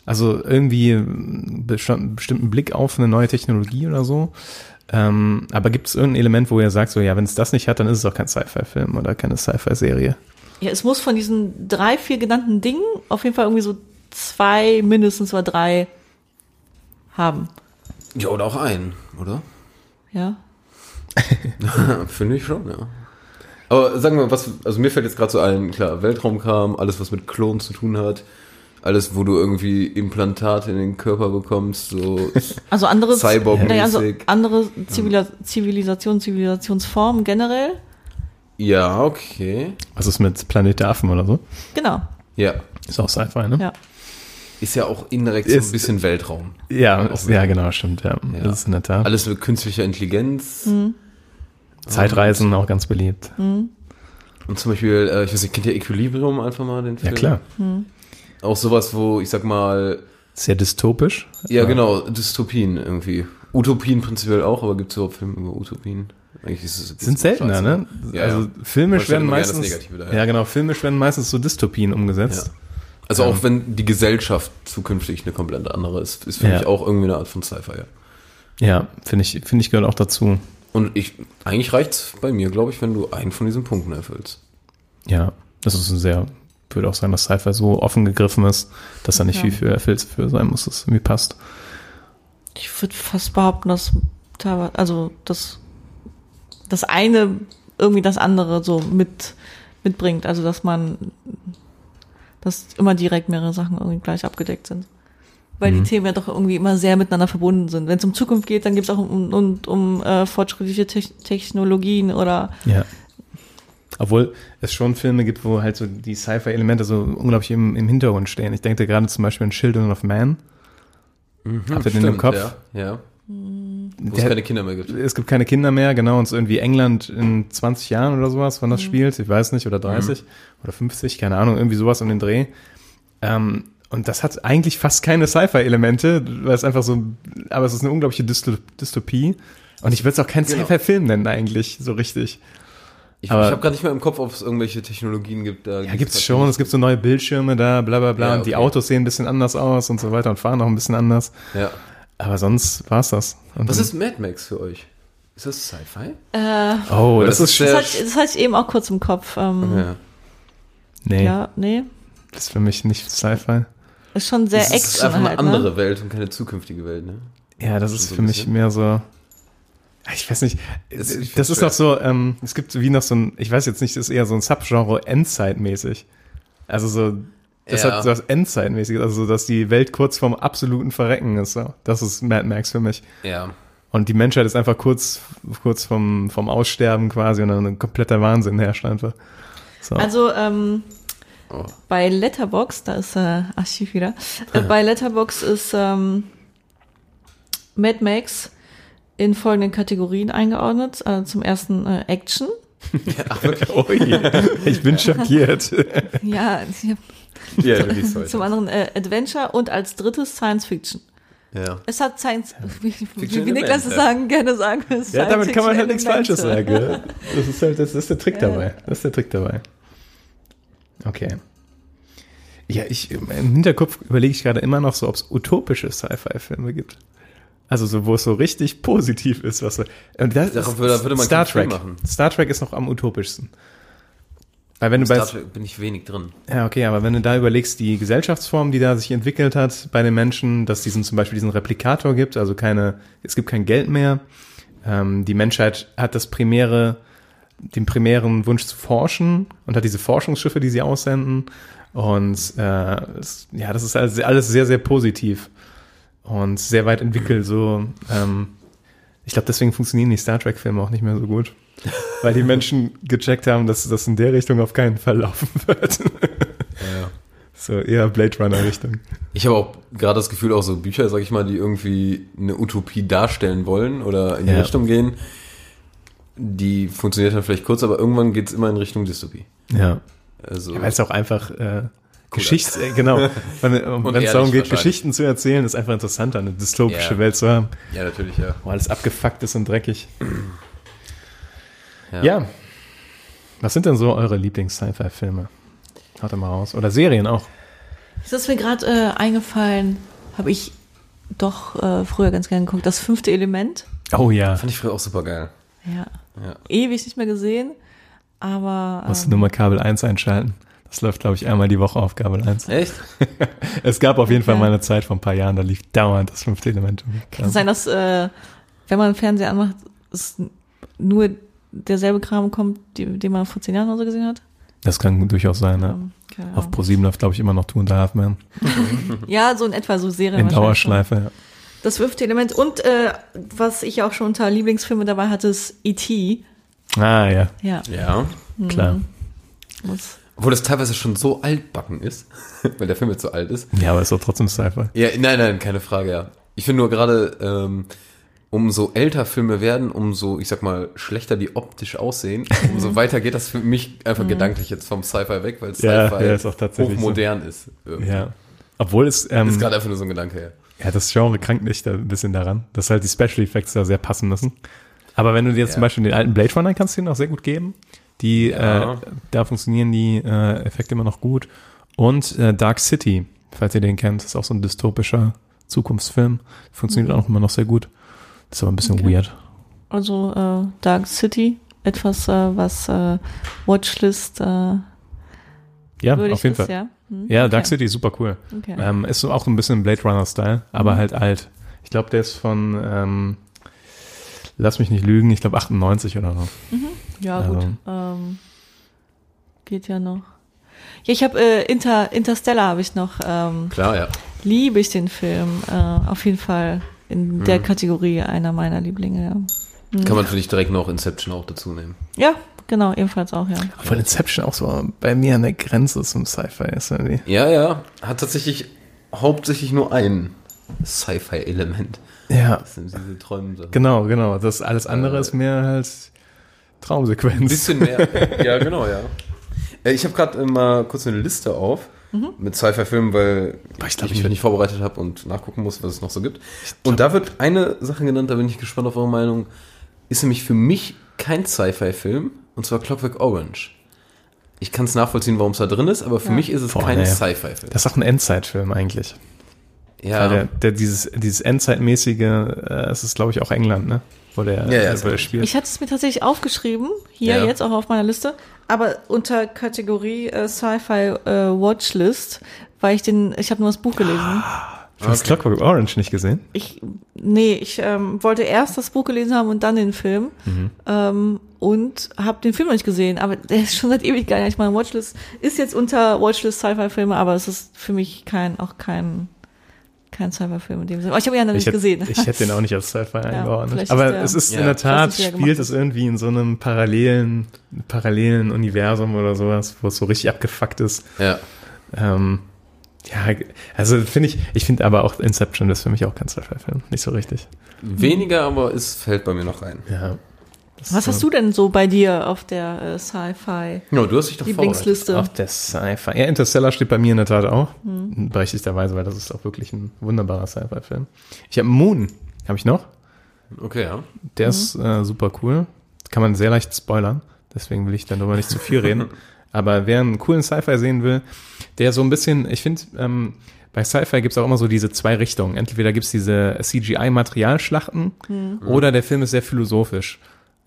Also irgendwie einen bestimmten bestimmten Blick auf eine neue Technologie oder so. Ähm, aber gibt es irgendein Element, wo ihr sagt, so ja, wenn es das nicht hat, dann ist es auch kein Sci-Fi-Film oder keine Sci-Fi-Serie? Ja, es muss von diesen drei, vier genannten Dingen auf jeden Fall irgendwie so zwei, mindestens mal drei haben. Ja, oder auch ein, oder? Ja. finde ich schon, ja. Aber sagen wir, was, also mir fällt jetzt gerade so ein, klar, Weltraumkram, alles, was mit Klonen zu tun hat, alles, wo du irgendwie Implantate in den Körper bekommst, so Also andere, Cyborg-mäßig. naja, also andere Zivila Zivilisation, Zivilisationsformen generell. Ja, okay. Was ist mit Planet der Affen oder so? Genau. Ja. Ist auch Sci-Fi, ne? Ja. Ist ja auch indirekt so ein Ist- bisschen Weltraum. Ja, ist, ja genau, stimmt. Ja. Das ist in der Tat. Alles mit künstlicher Intelligenz. Zeitreisen auch ganz beliebt. Mhm. Und zum Beispiel, äh, ich weiß nicht, kennt ihr Equilibrium einfach mal den Film? Ja, klar. Auch sowas, wo, ich sag mal, Sehr dystopisch. Ja, genau, Dystopien irgendwie. Utopien prinzipiell auch, aber gibt es überhaupt Filme über Utopien? Eigentlich ist es- Sind seltener, ne? Ja, also ja. filmisch Wahrscheinlich werden immer gerne das meistens. Negative daher. ja, genau, filmisch werden meistens so Dystopien umgesetzt. Also auch wenn die Gesellschaft zukünftig eine komplett andere ist, ist für Ja. mich auch irgendwie eine Art von Sci-Fi, ja. Ja, finde ich, finde ich gehört auch dazu. Und ich, eigentlich reicht's bei mir, glaube ich, wenn du einen von diesen Punkten erfüllst. Ja, das ist ein sehr, würde auch sagen, dass Sci-Fi so offen gegriffen ist, dass da nicht Ja. viel für Filz für sein muss, das irgendwie passt. Ich würde fast behaupten, dass teilweise, also das, das eine irgendwie das andere so mit, mitbringt. Also dass man, dass immer direkt mehrere Sachen irgendwie gleich abgedeckt sind. Weil Mhm. die Themen ja doch irgendwie immer sehr miteinander verbunden sind. Wenn es um Zukunft geht, dann geht es auch um, um, um äh, fortschrittliche Techn- Technologien oder Ja. Obwohl es schon Filme gibt, wo halt so die Sci-Fi-Elemente so unglaublich im, im Hintergrund stehen. Ich denke da gerade zum Beispiel an Children of Man. Habt ihr den im Kopf? Mhm, Ja, ja. Wo es Der- keine Kinder mehr gibt. es gibt keine Kinder mehr, genau, und es ist irgendwie England in 20 Jahren oder sowas, wann das Mhm. spielt, ich weiß nicht, oder 30 oder 50, keine Ahnung, irgendwie sowas um den Dreh. Ähm, und das hat eigentlich fast keine Sci-Fi-Elemente, weil es einfach so, aber es ist eine unglaubliche Dystop Dystopie. Und ich würde es auch keinen Genau. Sci-Fi-Film nennen eigentlich, so richtig. Ich, ich Aber- habe gar nicht mehr im Kopf, ob es irgendwelche Technologien gibt. Da Ja, gibt's schon, es gibt so neue Bildschirme da, bla bla bla, Ja, und die okay. Autos sehen ein bisschen anders aus und so weiter und fahren auch ein bisschen anders. Ja. Aber sonst war's das. Und Was dann- ist Mad Max für euch? Ist das Sci-Fi? Oh, Weil das, ist das ist schwer. sehr- das hatte, das hatte ich eben auch kurz im Kopf. Ähm, Ja. Nee, ja, nee. das ist für mich nicht Sci-Fi. Ist schon sehr Das Action ist einfach eine halt, ne? andere Welt und keine zukünftige Welt, ne? Ja, das ist so für ein mich bisschen. mehr so. Ah, Ich weiß nicht. Das- ich find's Das ist schwer. noch so, ähm, es gibt wie noch so ein, ich weiß jetzt nicht, das ist eher so ein Subgenre Endzeitmäßig. Also so, das Ja. hat so was Endzeitmäßiges, also so, dass die Welt kurz vorm absoluten Verrecken ist. So. Das ist Mad Max für mich. Ja. Und die Menschheit ist einfach kurz, kurz vom, vom Aussterben quasi und dann ein kompletter Wahnsinn herrscht einfach. So. Also ähm, Oh. bei Letterbox, da ist äh, Archiv wieder. Äh, bei Letterbox ist ähm, Mad Max in folgenden Kategorien eingeordnet. Äh, zum ersten äh, Action. oh je. Ich bin schockiert. Ja, ich hab- Ja, du liest zum heute. anderen äh, Adventure und als drittes Science Fiction. Ja. Es hat Science, wie, wie, wie Elemente. Niklas es sagen, gerne sagen es Ja, damit kann man halt nichts Science-Fiction Falsches Elemente. sagen. ja. Das ist halt, das ist der Trick dabei. Das ist der Trick dabei. Okay. Ja, ich, im Hinterkopf überlege ich gerade immer noch so, ob es utopische Sci-Fi-Filme gibt. Also so, wo es so richtig positiv ist, was so, und das Darauf ist würde- würde man Star keinen Film Trek. machen. Star Trek ist noch am utopischsten. Weil wenn du bei, Da bin ich wenig drin. ja, okay, aber wenn du da überlegst, die Gesellschaftsform, die da sich entwickelt hat bei den Menschen, dass diesen zum Beispiel diesen Replikator gibt, also keine, es gibt kein Geld mehr. Ähm, die Menschheit hat das primäre, den primären Wunsch zu forschen und hat diese Forschungsschiffe, die sie aussenden. Und äh, es, ja, das ist alles, alles sehr, sehr positiv und sehr weit entwickelt. So, ähm, ich glaube, deswegen funktionieren die Star Trek-Filme auch nicht mehr so gut. Weil die Menschen gecheckt haben, dass das in der Richtung auf keinen Fall laufen wird. So eher Blade Runner Richtung. Ich habe auch gerade das Gefühl, auch so Bücher, sag ich mal, die irgendwie eine Utopie darstellen wollen oder in die Ja. Richtung gehen, die funktioniert dann vielleicht kurz, aber irgendwann geht's immer in Richtung Dystopie. Ja. Also, Weil es auch einfach äh, Geschichts, äh, genau. Wenn wenn es darum ehrlich geht, wahrscheinlich. Geschichten zu erzählen, ist einfach interessanter, eine dystopische Ja. Welt zu haben, ja, natürlich, ja. wo alles abgefuckt ist und dreckig. Ja. Ja. Was sind denn so eure Lieblings-Sci-Fi-Filme? Haut doch mal raus. Oder Serien auch. Das ist mir gerade äh, eingefallen, habe ich doch äh, früher ganz gerne geguckt. Das fünfte Element. Oh ja. Fand ich früher auch super geil. Ja. Ja. Ewig nicht mehr gesehen, aber Musst du nur mal Kabel 1 einschalten. Das läuft, glaube ich, einmal die Woche auf Kabel 1. Echt? Es gab auf jeden Fall Ja. mal eine Zeit vor ein paar Jahren, da lief dauernd das fünfte Element. kann sein, dass äh, wenn man Fernseher anmacht, es nur derselbe Kram kommt, die, den man vor zehn Jahren oder so gesehen hat. Das kann durchaus sein, ne? Ähm, keine Auf Ahnung. ProSieben läuft, glaube ich, immer noch Two and a Half Man. Ja, so in etwa so Serien. In wahrscheinlich schon. Dauerschleife. Ja. Das fünfte Element. Und äh, was ich auch schon unter Lieblingsfilme dabei hatte, ist E.T. Ah ja, Ja, Ja. Mhm. klar. muss. Obwohl das teilweise schon so altbacken ist, weil der Film jetzt so alt ist. Ja, aber ist doch trotzdem Sci-Fi. Ja, nein, nein, keine Frage, ja. Ich finde nur gerade, ähm, umso älter Filme werden, umso, ich sag mal, schlechter die optisch aussehen, umso weiter geht das für mich einfach gedanklich jetzt vom Sci-Fi weg, weil Sci-Fi Ja, ja, Mhm. ist auch tatsächlich hochmodern ist. irgendwie. Ja. Obwohl es, ähm, Ist gerade einfach nur so ein Gedanke, ja. ja, das Genre krankt nicht da ein bisschen daran, dass halt die Special Effects da sehr passen müssen. Aber wenn du dir jetzt zum Beispiel den alten Blade Runner kannst du den auch sehr gut geben. Die, äh, da funktionieren die äh, Effekte immer noch gut. Und äh, Dark City, falls ihr den kennt, ist auch so ein dystopischer Zukunftsfilm. Funktioniert Mhm. auch immer noch sehr gut. Ist aber ein bisschen weird. Also äh, Dark City, etwas, äh, was äh, Watchlist äh, Ja, würdig auf jeden ist, Fall. ja. Hm? Ja, Dark Okay. City ist super cool. Okay. Ähm, ist so auch ein bisschen Blade Runner-Style, aber halt alt. Ich glaube, der ist von, ähm, lass mich nicht lügen, ich glaube 98 oder so. Ja, Also- gut. Ähm, geht ja noch. Ja, ich habe äh, Inter, Interstellar habe ich noch. Ähm, Klar, ja. Liebe ich den Film. Äh, auf jeden Fall in der Kategorie einer meiner Lieblinge. Mhm. Mhm. Kann man für dich direkt noch Inception auch dazu nehmen. Ja, ja genau, ebenfalls auch, ja. Obwohl Inception auch so bei mir an der Grenze zum Sci-Fi ist. Irgendwie. Ja, ja. Hat tatsächlich hauptsächlich nur ein Sci-Fi-Element. Ja, Das sind diese Träume. genau, genau. Das alles andere ist mehr halt Traumsequenz. Bisschen mehr. ja, genau, ja. Äh, Ich habe gerade mal kurz eine Liste auf mit Sci-Fi-Filmen, weil Boah, ich ich, glaub, mich ich würd- nicht vorbereitet habe und nachgucken muss, was es noch so gibt. Und da wird eine Sache genannt, da bin ich gespannt auf eure Meinung. Ist nämlich für mich kein Sci-Fi-Film, und zwar Clockwork Orange. Ich kann es nachvollziehen, warum es da drin ist, aber für mich ist es Boah, kein nee. Sci-Fi-Film. Das ist auch ein Endzeitfilm eigentlich. Weil der, Ja, der, dieses, dieses Endzeitmäßige, äh, es ist glaube ich auch England, ne? Wo der, Ja, ja, wo der ist- spielt. Ich hatte es mir tatsächlich aufgeschrieben, hier Ja. jetzt auch auf meiner Liste, aber unter Kategorie äh, Sci-Fi äh, Watchlist, weil ich den, ich habe nur das Buch Ah. gelesen. Du hast Clockwork Orange nicht gesehen? Ich, nee, ich ähm, wollte erst das Buch gelesen haben und dann den Film Mhm. ähm, und habe den Film noch nicht gesehen, aber der ist schon seit ewig gar nicht mal Watchlist, ist jetzt unter Watchlist Sci-Fi-Filme, aber es ist für mich kein, auch kein, kein Sci-Fi-Film in dem Sinne. Aber Also ich habe ihn ja noch nicht hätte, gesehen. Ich hätte den auch nicht als Sci-Fi eingeordnet. vielleicht ist Aber der- es ist Ja. in der Ich Tat, weiß nicht, wie er gemacht spielt es irgendwie in so einem parallelen, parallelen Universum oder sowas, wo es so richtig abgefuckt ist. ja. Ähm, ja, also finde ich, ich finde aber auch Inception ist für mich auch kein Sci-Fi-Film. Nicht so richtig. Weniger, aber es fällt bei mir noch rein. Ja. Was hast du denn so bei dir auf der äh, Sci-Fi Ja, du hast dich doch vorbereitet. Lieblingsliste? Auf der Sci-Fi. Ja, Interstellar steht bei mir in der Tat auch. Hm. Berechtigterweise, weil das ist auch wirklich ein wunderbarer Sci-Fi-Film. Ich habe Moon, habe ich noch. Okay, ja. Der ist äh, super cool. Kann man sehr leicht spoilern. Deswegen will ich darüber nicht zu viel reden. Aber wer einen coolen Sci-Fi sehen will, der so ein bisschen, ich finde, ähm, bei Sci-Fi gibt es auch immer so diese zwei Richtungen. Entweder gibt es diese CGI-Materialschlachten oder der Film ist sehr philosophisch.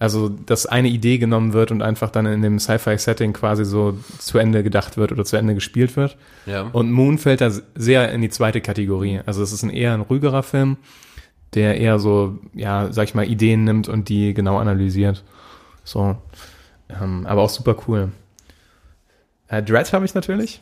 Also, dass eine Idee genommen wird und einfach dann in dem Sci-Fi-Setting quasi so zu Ende gedacht wird oder zu Ende gespielt wird. Ja. Und Moon fällt da sehr in die zweite Kategorie. Also es ist ein eher ein ruhigerer Film, der eher so, ja, sag ich mal, Ideen nimmt und die genau analysiert. So. Ähm, aber auch super cool. Äh, Dread habe ich natürlich.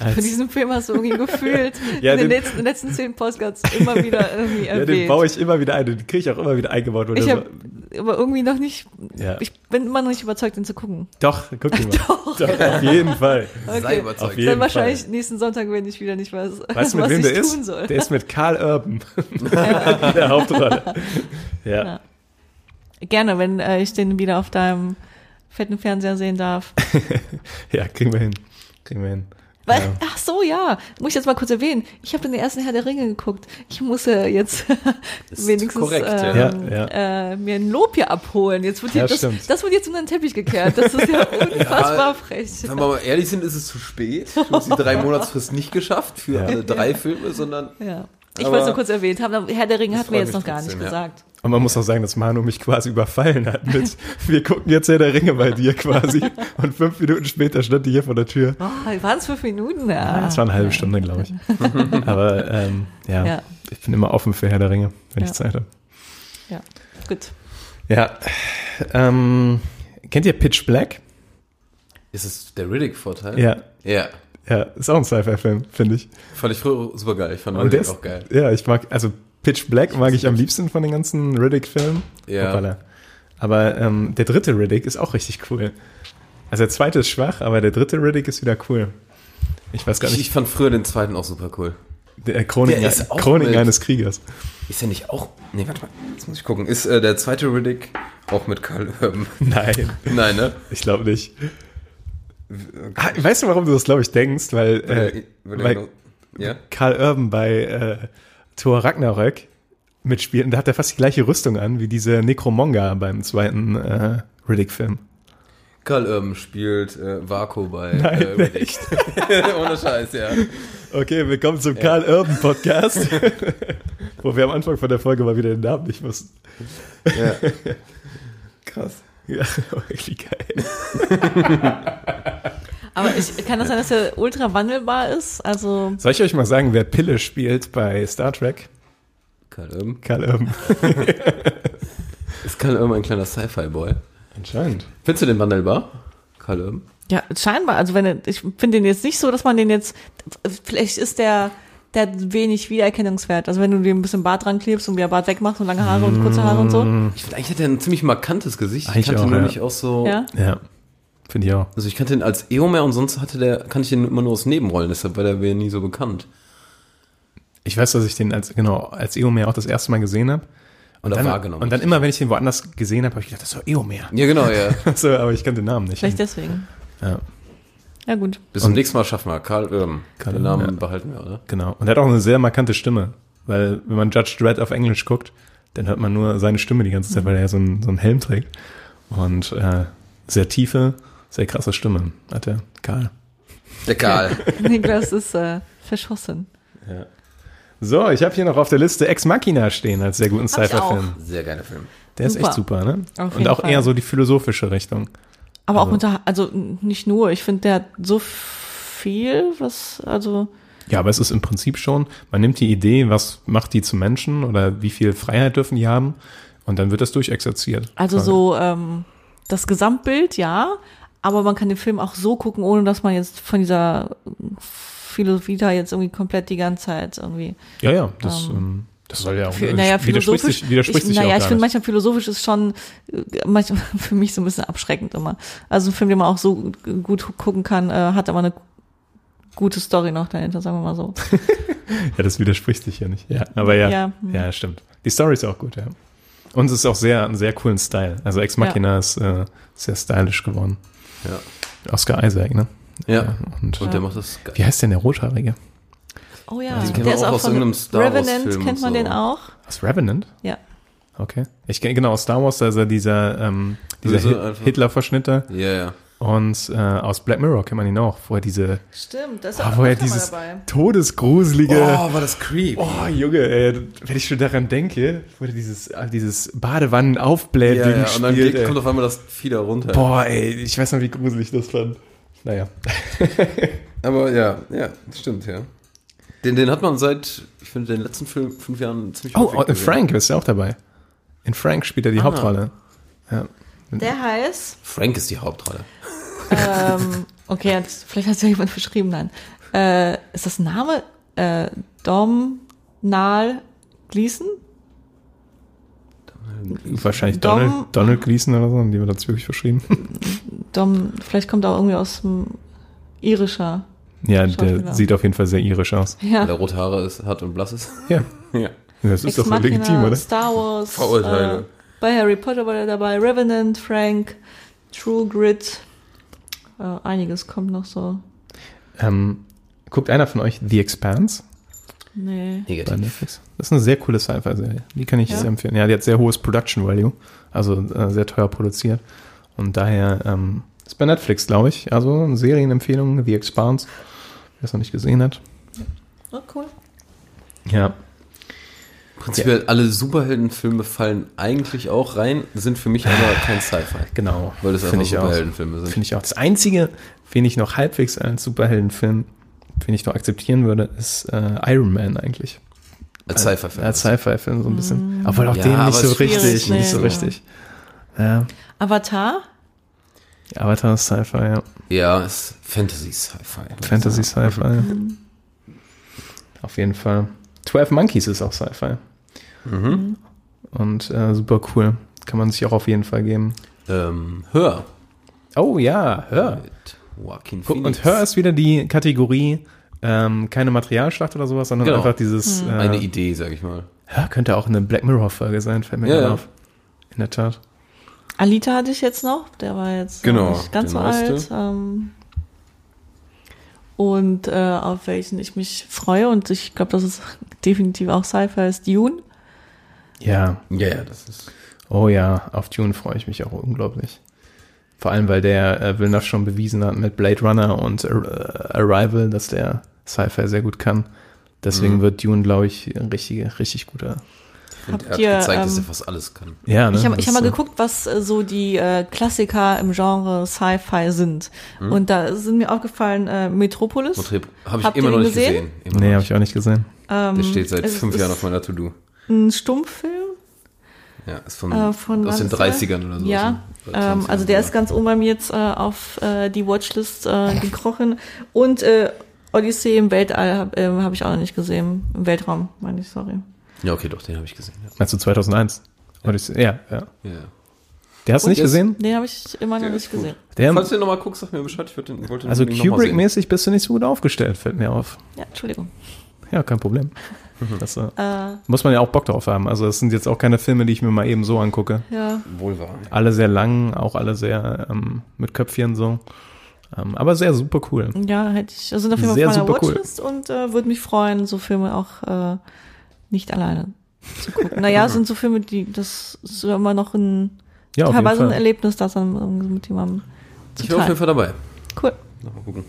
Als- Von diesem Film hast du irgendwie gefühlt Ja, in den, den- letzten, letzten zehn Podcasts immer wieder irgendwie ja, erwähnt. den baue ich immer wieder ein, den kriege ich auch immer wieder eingebaut. weil ich der habe aber irgendwie noch nicht, so, ja. ich bin immer noch nicht überzeugt, den zu gucken. doch, guck dir mal. Doch. doch, auf jeden Fall. Sei Okay. überzeugt. Auf jeden Dann Fall. wahrscheinlich nächsten Sonntag, wenn ich wieder nicht weiß, Weißt du, mit was wem ich der tun ist? soll. Der ist mit Karl Urban. in der Hauptrolle. Ja. Ja. Gerne, wenn äh, ich den wieder auf deinem fetten Fernseher sehen darf. ja, kriegen wir hin. Kriegen wir hin. Weil, Ja. Ach so, ja. Muss ich jetzt mal kurz erwähnen. Ich habe den ersten Herr der Ringe geguckt. Ich muss ja jetzt wenigstens korrekt, ja. ähm, Ja, Äh, mir ein Lob hier abholen. Jetzt wird hier, Ja, das, stimmt. das wird jetzt unter den Teppich gekehrt. Das ist ja unfassbar Ja. frech. Wenn wir mal ehrlich sind, ist es zu spät. Du hast die drei Monatsfrist nicht geschafft für Ja. alle drei Filme, sondern Ja. Ich Aber- wollte es nur kurz erwähnt haben. aber Herr der Ringe Das hat mir freut jetzt mich noch gar nicht trotzdem, ja. gesagt. Und man muss auch sagen, dass Manu mich quasi überfallen hat mit, wir gucken jetzt Herr der Ringe bei dir quasi. Und fünf Minuten später stand die hier vor der Tür. Oh, waren es fünf Minuten? Ja. Das war eine halbe Stunde, glaube ich. Aber ähm, ja, Ja. ich bin immer offen für Herr der Ringe, wenn Ja. ich Zeit habe. ja. Gut. Ja, ähm, kennt ihr Pitch Black? ist es der Riddick-Vorteil. Ja, Ja. ja, ist auch ein Sci-Fi-Film, finde ich. Fand ich früher super geil. Ich fand Und der Riddick ist, auch geil. Ja, ich mag, also Pitch Black mag ich am liebsten von den ganzen Riddick-Filmen. Ja. Hoppala. Aber ähm, der dritte Riddick ist auch richtig cool. Also der zweite ist schwach, aber der dritte Riddick ist wieder cool. Ich weiß gar Ich, nicht. ich fand früher den zweiten auch super cool. Der Chronik, der ist auch Chronik mit. eines Kriegers. Ist der nicht auch. Nee, warte mal. Jetzt muss ich gucken. Ist äh, der zweite Riddick auch mit Karl Urban? Nein, Nein, ne? ich glaube nicht. Ah, Weißt du, warum du das, glaube ich, denkst? Weil, äh, Weil- weil- weil Ja. Karl Urban bei äh, Thor Ragnarök mitspielt. Und da hat er fast die gleiche Rüstung an wie diese Necromonga beim zweiten äh, Riddick-Film. Karl Urban spielt äh, Vaku bei äh, Riddick. Ohne Scheiß, ja. Okay, willkommen zum Karl Urban Podcast. Wo wir am Anfang von der Folge mal wieder den Namen nicht wussten. ja. Krass. Ja, wirklich geil. Aber ich, kann das sein, dass er ultra wandelbar ist? Also, Soll ich euch mal sagen, wer Pille spielt bei Star Trek? Karl Urban. Karl Urban. Ist Karl Urban ein kleiner Sci-Fi-Boy? Anscheinend. Findest du den wandelbar? Karl Urban? ja, scheinbar. Also, wenn er- ich finde den jetzt nicht so, dass man den jetzt, vielleicht ist der, der hat wenig Wiedererkennungswert. Also, wenn du dir ein bisschen Bart dran klebst und wieder Bart wegmachst und lange Haare und kurze Haare und Mm. so. Ich finde, eigentlich hat er ein ziemlich markantes Gesicht. Eigentlich ich kannte auch, ihn ja. nämlich auch so. Ja. Ja, finde ich auch. Also ich kannte ihn als Eomer und sonst hatte der, kannte ich ihn immer nur aus Nebenrollen, deshalb war der mir nie so bekannt. Ich weiß, dass ich den als, genau, als Eomer auch das erste Mal gesehen habe. Oder Dann- wahrgenommen. Und dann immer, wenn ich den woanders gesehen habe, habe ich gedacht, das ist doch Eomer. ja, genau, ja. So, aber ich kann den Namen nicht. Vielleicht deswegen. Mm. Ja, Ja, gut. Bis zum nächsten Mal schaffen wir. Karl Urban. Karl den Namen Urban, ja. behalten wir, oder? genau. Und er hat auch eine sehr markante Stimme. Weil, wenn man Judge Dredd auf Englisch guckt, dann hört man nur seine Stimme die ganze Zeit, Mhm. weil er ja so einen, so einen Helm trägt. Und äh, sehr tiefe, sehr krasse Stimme hat er. Karl. Der Karl. Niklas ist äh, verschossen. So, ich habe hier noch auf der Liste Ex Machina stehen als sehr guten Hab ich auch. Cypher-Film. Sehr geiler Film. Der ist echt Super. super, ne? Auf Und jeden auch Fall. eher so die philosophische Richtung. Aber auch Also- unter, also n- nicht nur, ich finde, der hat so viel, was, also, Ja, aber es ist im Prinzip schon, man nimmt die Idee, was macht die zu Menschen oder wie viel Freiheit dürfen die haben und dann wird das durchexerziert. also so ähm, das Gesamtbild, ja, aber man kann den Film auch so gucken, ohne dass man jetzt von dieser Philosophie da jetzt irgendwie komplett die ganze Zeit irgendwie. Ja, ja, das, Ähm, ähm, das soll ja auch. Für, naja, widerspricht philosophisch. sich, widerspricht ich, sich naja, auch ich gar finde nicht. manchmal philosophisch ist schon äh, manchmal für mich so ein bisschen abschreckend immer. Also ein Film, den man auch so g- gut gucken kann, äh, hat aber eine gute Story noch dahinter, sagen wir mal so. Ja, das widerspricht sich ja nicht. Ja, aber ja, ja, Ja, hm. stimmt. Die Story ist auch gut, ja. Und es ist auch sehr, einen sehr coolen Style. Also Ex Machina ist äh, sehr stylisch geworden. Ja. Oscar Isaac, ne? Ja. Und Und der macht das geil. wie heißt denn der Rothaarige? Oh ja, Den kennen wir auch aus irgendeinem Star Wars Revenant, Film kennt man und so. den auch? Aus Revenant? Ja. Okay. Ich kenn- genau aus Star Wars, da ist ja dieser, ähm, dieser Böse Hit- Also einfach. Hitler-Verschnitt da. Ja, ja. Und äh, aus Black Mirror kennt man ihn auch, wo er diese, Stimmt, das ist ah, wo er dieses todesgruselige, war das creep. oh, Junge, ey, wenn ich schon daran denke, wo er dieses, ah, dieses Badewannen-Aufblähbling ja, ja. Und dann spielt, geht- ey. kommt auf einmal das Vieh da runter. Boah, ey, ich weiß noch, wie gruselig das fand. Naja, Aber ja, ja, das stimmt, ja. Den, den hat man seit, ich finde, den letzten Film, fünf Jahren ziemlich oh, häufig in gesehen. Frank ist er auch dabei. In Frank spielt Ah. er die Hauptrolle. Der heißt, Frank ist die Hauptrolle. ähm, okay, hat, vielleicht hat es ja jemand verschrieben, nein. Äh, ist das ein Name? Äh, Dom Nal Gleason? Wahrscheinlich Dom- Donald, Donald Gleason oder so, und die wird das wirklich verschrieben. Dom, vielleicht kommt er auch irgendwie aus dem irischer. ja, der Schauspieler. sieht auf jeden Fall sehr irisch aus. Ja. Weil er rote Haare ist, hat und blass ist. Ja, ja. das ist Ex doch voll Machina, legitim, oder? Star Wars. Vorurteile. Äh, bei Harry Potter war er dabei. Revenant, Frank, True Grit. Äh, einiges kommt noch so. Ähm, guckt einer von euch The Expanse? Nee. bei Negativ. Netflix. Das ist eine sehr coole Sci-Fi-Serie. Die kann ich Ja. sehr empfehlen. Ja, die hat sehr hohes Production Value, also äh, sehr teuer produziert. Und daher ähm, ist bei Netflix, glaube ich. Also eine Serienempfehlung, The Expanse, wer es noch nicht gesehen hat. Oh, cool. Ja. Prinzipiell alle Superheldenfilme fallen eigentlich auch rein, sind für mich aber kein Sci-Fi. Genau. Weil das Finde einfach ich auch. Superheldenfilme sind. Finde ich auch. Das Einzige, wen ich noch halbwegs als Superheldenfilm, den ich noch akzeptieren würde, ist äh, Iron Man eigentlich. Als Sci-Fi-Film. Als Sci-Fi-Film so ein bisschen. Obwohl auch Ja, den aber nicht so es ist schwierig, richtig. nee, Nicht so ja. richtig. Ja. Avatar? Avatar ist Sci-Fi, ja. ja, es ist Fantasy-Sci-Fi. Fantasy Sci-Fi. Auf jeden Fall. 12 Monkeys ist auch Sci-Fi. Mhm. Und äh, super cool. Kann man sich auch auf jeden Fall geben. Ähm, Hör. Oh ja, Hör. Mit Joaquin Guck, Phoenix. und Hör ist wieder die Kategorie ähm, keine Materialschlacht oder sowas, sondern Genau. einfach dieses. Äh, Eine Idee, sag ich mal. Hör könnte auch eine Black Mirror-Folge sein, fällt mir Ja, gerade ja. auf. In der Tat. Alita äh, hatte ich jetzt noch, der war jetzt noch Genau, nicht ganz so der neueste. alt. Ähm, und äh, auf welchen ich mich freue und ich glaube, das ist definitiv auch Sci-Fi, ist Dune. Ja. Ja, ja, das ist. Oh ja, auf Dune freue ich mich auch unglaublich. Vor allem, weil der äh, Villeneuve schon bewiesen hat mit Blade Runner und Ar- äh, Arrival, dass der Sci-Fi sehr gut kann. Deswegen Mhm. wird Dune, glaube ich, ein richtig, richtig guter. Und er Habt hat ihr, gezeigt, dass er ähm, fast alles kann. Ja, ne? Ich habe ich hab mal Das, äh, geguckt, was äh, so die äh, Klassiker im Genre Sci-Fi sind. Mhm. Und da sind mir aufgefallen äh, Metropolis. Habe ich Habt ihr immer noch den nicht gesehen. gesehen? Immer Nee, noch habe ich auch nicht gesehen. nicht. Der steht seit Ähm, es fünf ist- Jahren auf meiner To-Do. Ein Stummfilm Ja, ist von, äh, von Hm, aus den wann ist 30ern oder so. Ja, Oder ähm, 20ern also der ist sogar. ganz oben bei mir jetzt äh, auf äh, die Watchlist äh, gekrochen. Und äh, Odyssey im Weltall habe äh, hab ich auch noch nicht gesehen. Im Weltraum, meine ich, sorry. Ja, okay, doch, den habe ich gesehen. Meinst du 2001? Also Odyssey. Ja, ja. Ja. Ja. Der hast du nicht der ist- gesehen? Den habe ich immer noch Der nicht ist gut. gesehen. Der, Falls du den nochmal guckst, sag mir Bescheid. Ich würd den, wollte den also unbedingt noch mal sehen. Kubrick-mäßig bist du nicht so gut aufgestellt, fällt mir auf. Ja, Entschuldigung. Ja, kein Problem. Mhm. Das, äh, muss man ja auch Bock drauf haben. Also das sind jetzt auch keine Filme, die ich mir mal eben so angucke. Ja, Wohl wahr. Alle sehr lang, auch alle sehr ähm, mit Köpfchen so. Ähm, aber sehr super cool. ja, hätte ich. Also sind auf jeden Fall Sehr auf meiner super cool. Watchlist und äh, würde mich freuen, so Filme auch äh, nicht alleine zu gucken. Naja, es sind so Filme, die das ist ja immer noch ein Ja, auf jeden teilweise ein Fall. Erlebnis, das dann irgendwie mit jemandem zu Ich war auf jeden teilen. Fall dabei. Cool. Nochmal gucken.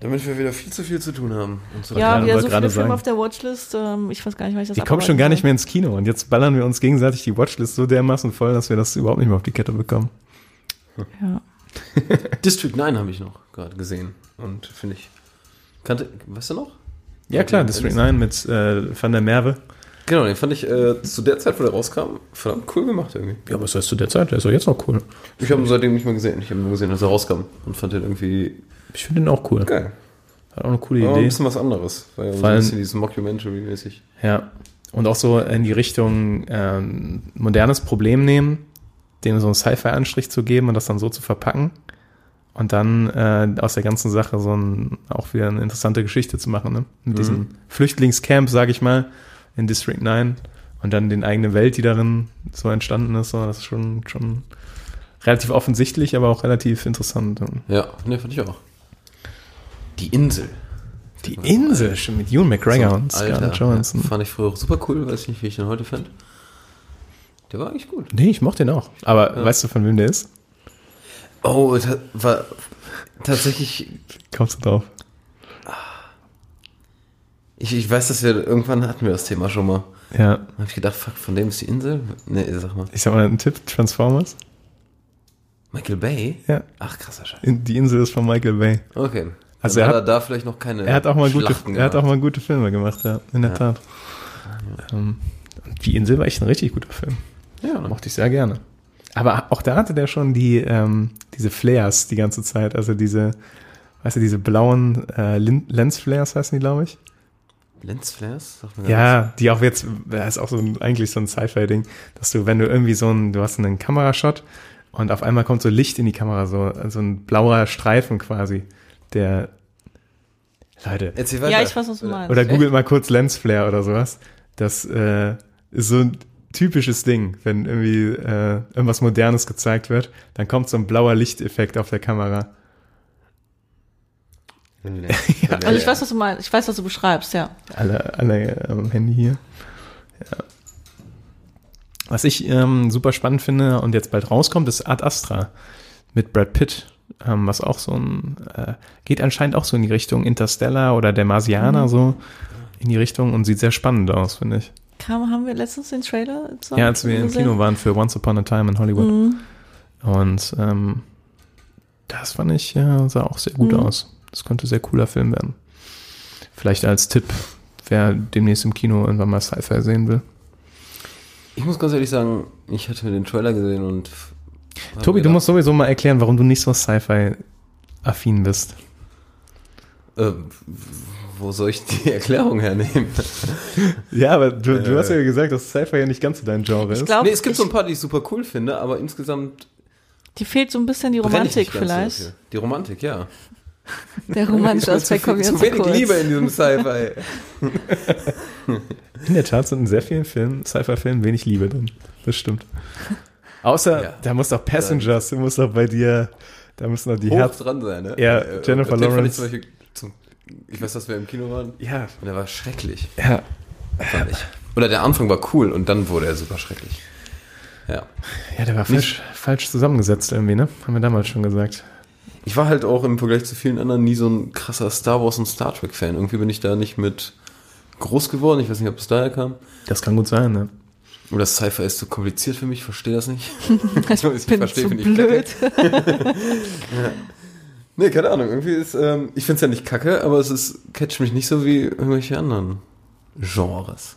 Damit wir wieder viel zu viel zu tun haben. Und so Ja, gerade- wieder wollte so gerade viele sagen. Filme auf der Watchlist. Ähm, ich weiß gar nicht, was ich das Ich komme schon gar ne? nicht mehr ins Kino und jetzt ballern wir uns gegenseitig die Watchlist so dermaßen voll, dass wir das überhaupt nicht mehr auf die Kette bekommen. Ja. District 9 habe ich noch gerade gesehen. Und finde ich. Kannte, weißt du noch? Ja klar, District 9 mit äh, Van der Merwe. Genau, den fand ich äh, zu der Zeit, wo der rauskam, verdammt cool gemacht irgendwie. Ja, was heißt zu der Zeit? Der ist doch jetzt noch cool. Ich habe ihn seitdem nicht mehr gesehen. Ich habe nur gesehen, dass er rauskam und fand den irgendwie Ich finde den auch cool. geil. Hat auch eine coole War Idee. ein bisschen was anderes. War ja so ein allem- bisschen dieses Mockumentary-mäßig. Ja. Und auch so in die Richtung ähm, modernes Problem nehmen, dem so einen Sci-Fi-Anstrich zu geben und das dann so zu verpacken. Und dann äh, aus der ganzen Sache so ein, auch wieder eine interessante Geschichte zu machen. Ne? Mhm. Mit diesem Flüchtlingscamp, sag ich mal, in District 9. Und dann den eigene Welt, die darin so entstanden ist. So, das ist schon, schon relativ offensichtlich, aber auch relativ interessant. Und Ja, ne, fand ich auch. Die Insel. die Insel schon mit Ewan McGregor So, und Alter, Scarlett Johansson. ja, Fand ich früher auch super cool, weiß nicht, wie ich den heute fand. Der war eigentlich gut. Nee, ich mochte den auch. Aber weißt du, von wem der ist? Oh, ta war tatsächlich, Kommst du drauf? ich, ich weiß, dass wir irgendwann hatten wir das Thema schon mal. Ja. Da habe ich gedacht, fuck, von dem ist die Insel? Nee, sag mal. Ich sag mal einen Tipp, Transformers. Michael Bay? Ja. Ach, krasser Scheiß. In- Die Insel ist von Michael Bay. Okay. Also er Dann hat hat- er da vielleicht noch keine Er hat auch mal gute, Schlachten er hat auch gemacht. mal gute Filme gemacht, ja, in der Tat. Ähm, und die Insel war echt ein richtig guter Film. Ja, ne? Mochte ich sehr gerne. Aber auch da hatte der schon die, ähm, diese Flares die ganze Zeit, also diese, weißt du, diese blauen äh, Lin- Lensflares heißen die, glaube ich. Lensflares? Sagt man gar Ja, die auch jetzt, das ist auch so ein, eigentlich so ein Sci-Fi-Ding, dass du, wenn du irgendwie so ein, du hast einen Kamerashot und auf einmal kommt so Licht in die Kamera, so, so ein blauer Streifen quasi, der, Leute, nichts. Erzähl weiter. ja, ich weiß, was du meinst. oder googelt mal kurz Lensflare oder sowas, das äh, ist so ein typisches Ding, wenn irgendwie äh, irgendwas Modernes gezeigt wird, dann kommt so ein blauer Lichteffekt auf der Kamera. ja, also ich weiß, was du meinst. Ich weiß, was du beschreibst, ja. alle, alle am Handy hier. Ja. Was ich ähm, super spannend finde und jetzt bald rauskommt, ist Ad Astra mit Brad Pitt, ähm, was auch so ein, äh, geht anscheinend auch so in die Richtung Interstellar oder der Marsianer so in die Richtung und sieht sehr spannend aus, finde ich. Kam, haben wir letztens den Trailer zusammen Ja, als wir im gesehen? Mhm. Kino waren für Once Upon a Time in Hollywood. Und ähm, das fand ich, ja, sah auch sehr gut aus. Das könnte ein sehr cooler Film werden. Vielleicht als Tipp, wer demnächst im Kino irgendwann mal Sci-Fi sehen will. Ich muss ganz ehrlich sagen, ich hatte den Trailer gesehen und. hab Tobi, mir du gedacht, musst sowieso mal erklären, warum du nicht so Sci-Fi-affin bist. Ähm, wo soll ich die Erklärung hernehmen? Ja, aber du, hast Äh. ja gesagt, dass Sci-Fi ja nicht ganz so dein Genre Ich glaube, nee, es gibt so ein paar, die ich super cool finde, aber insgesamt. die fehlt so ein bisschen die brenne ich Romantik nicht ganz so vielleicht. dafür. Die Romantik, ja. Der romantische Aspekt kommt mir zu zu wenig kurz. Liebe in diesem Sci-Fi. In der Tat sind in sehr vielen Filmen, Sci-Fi-Filmen, wenig Liebe drin. Das stimmt. Außer, Ja. da muss doch Passengers, da muss doch bei dir Da müssen doch die hoch Herzen. dran sein, ne? Ja, Jennifer den Fand ich, Lawrence. zum Beispiel zum, ich weiß, dass wir im Kino waren. Ja, Und er war schrecklich. ja. Fand ich. Oder der Anfang war cool und dann wurde er super schrecklich. Ja. Ja, der war falsch, falsch zusammengesetzt irgendwie, ne? Haben wir damals schon gesagt. Ich war halt auch im Vergleich zu vielen anderen nie so ein krasser Star Wars und Star Trek Fan. Irgendwie bin ich da nicht mit groß geworden. Ich weiß nicht, ob es daher kam. Das kann gut sein, ne? Oder das Sci-Fi ist zu kompliziert für mich. Ich verstehe das nicht. Ich bin verstehe, zu finde ich kacke. blöd. Nee, keine Ahnung. Irgendwie ist, ähm, ich finde es ja nicht kacke, aber es ist, catcht mich nicht so wie irgendwelche anderen Genres.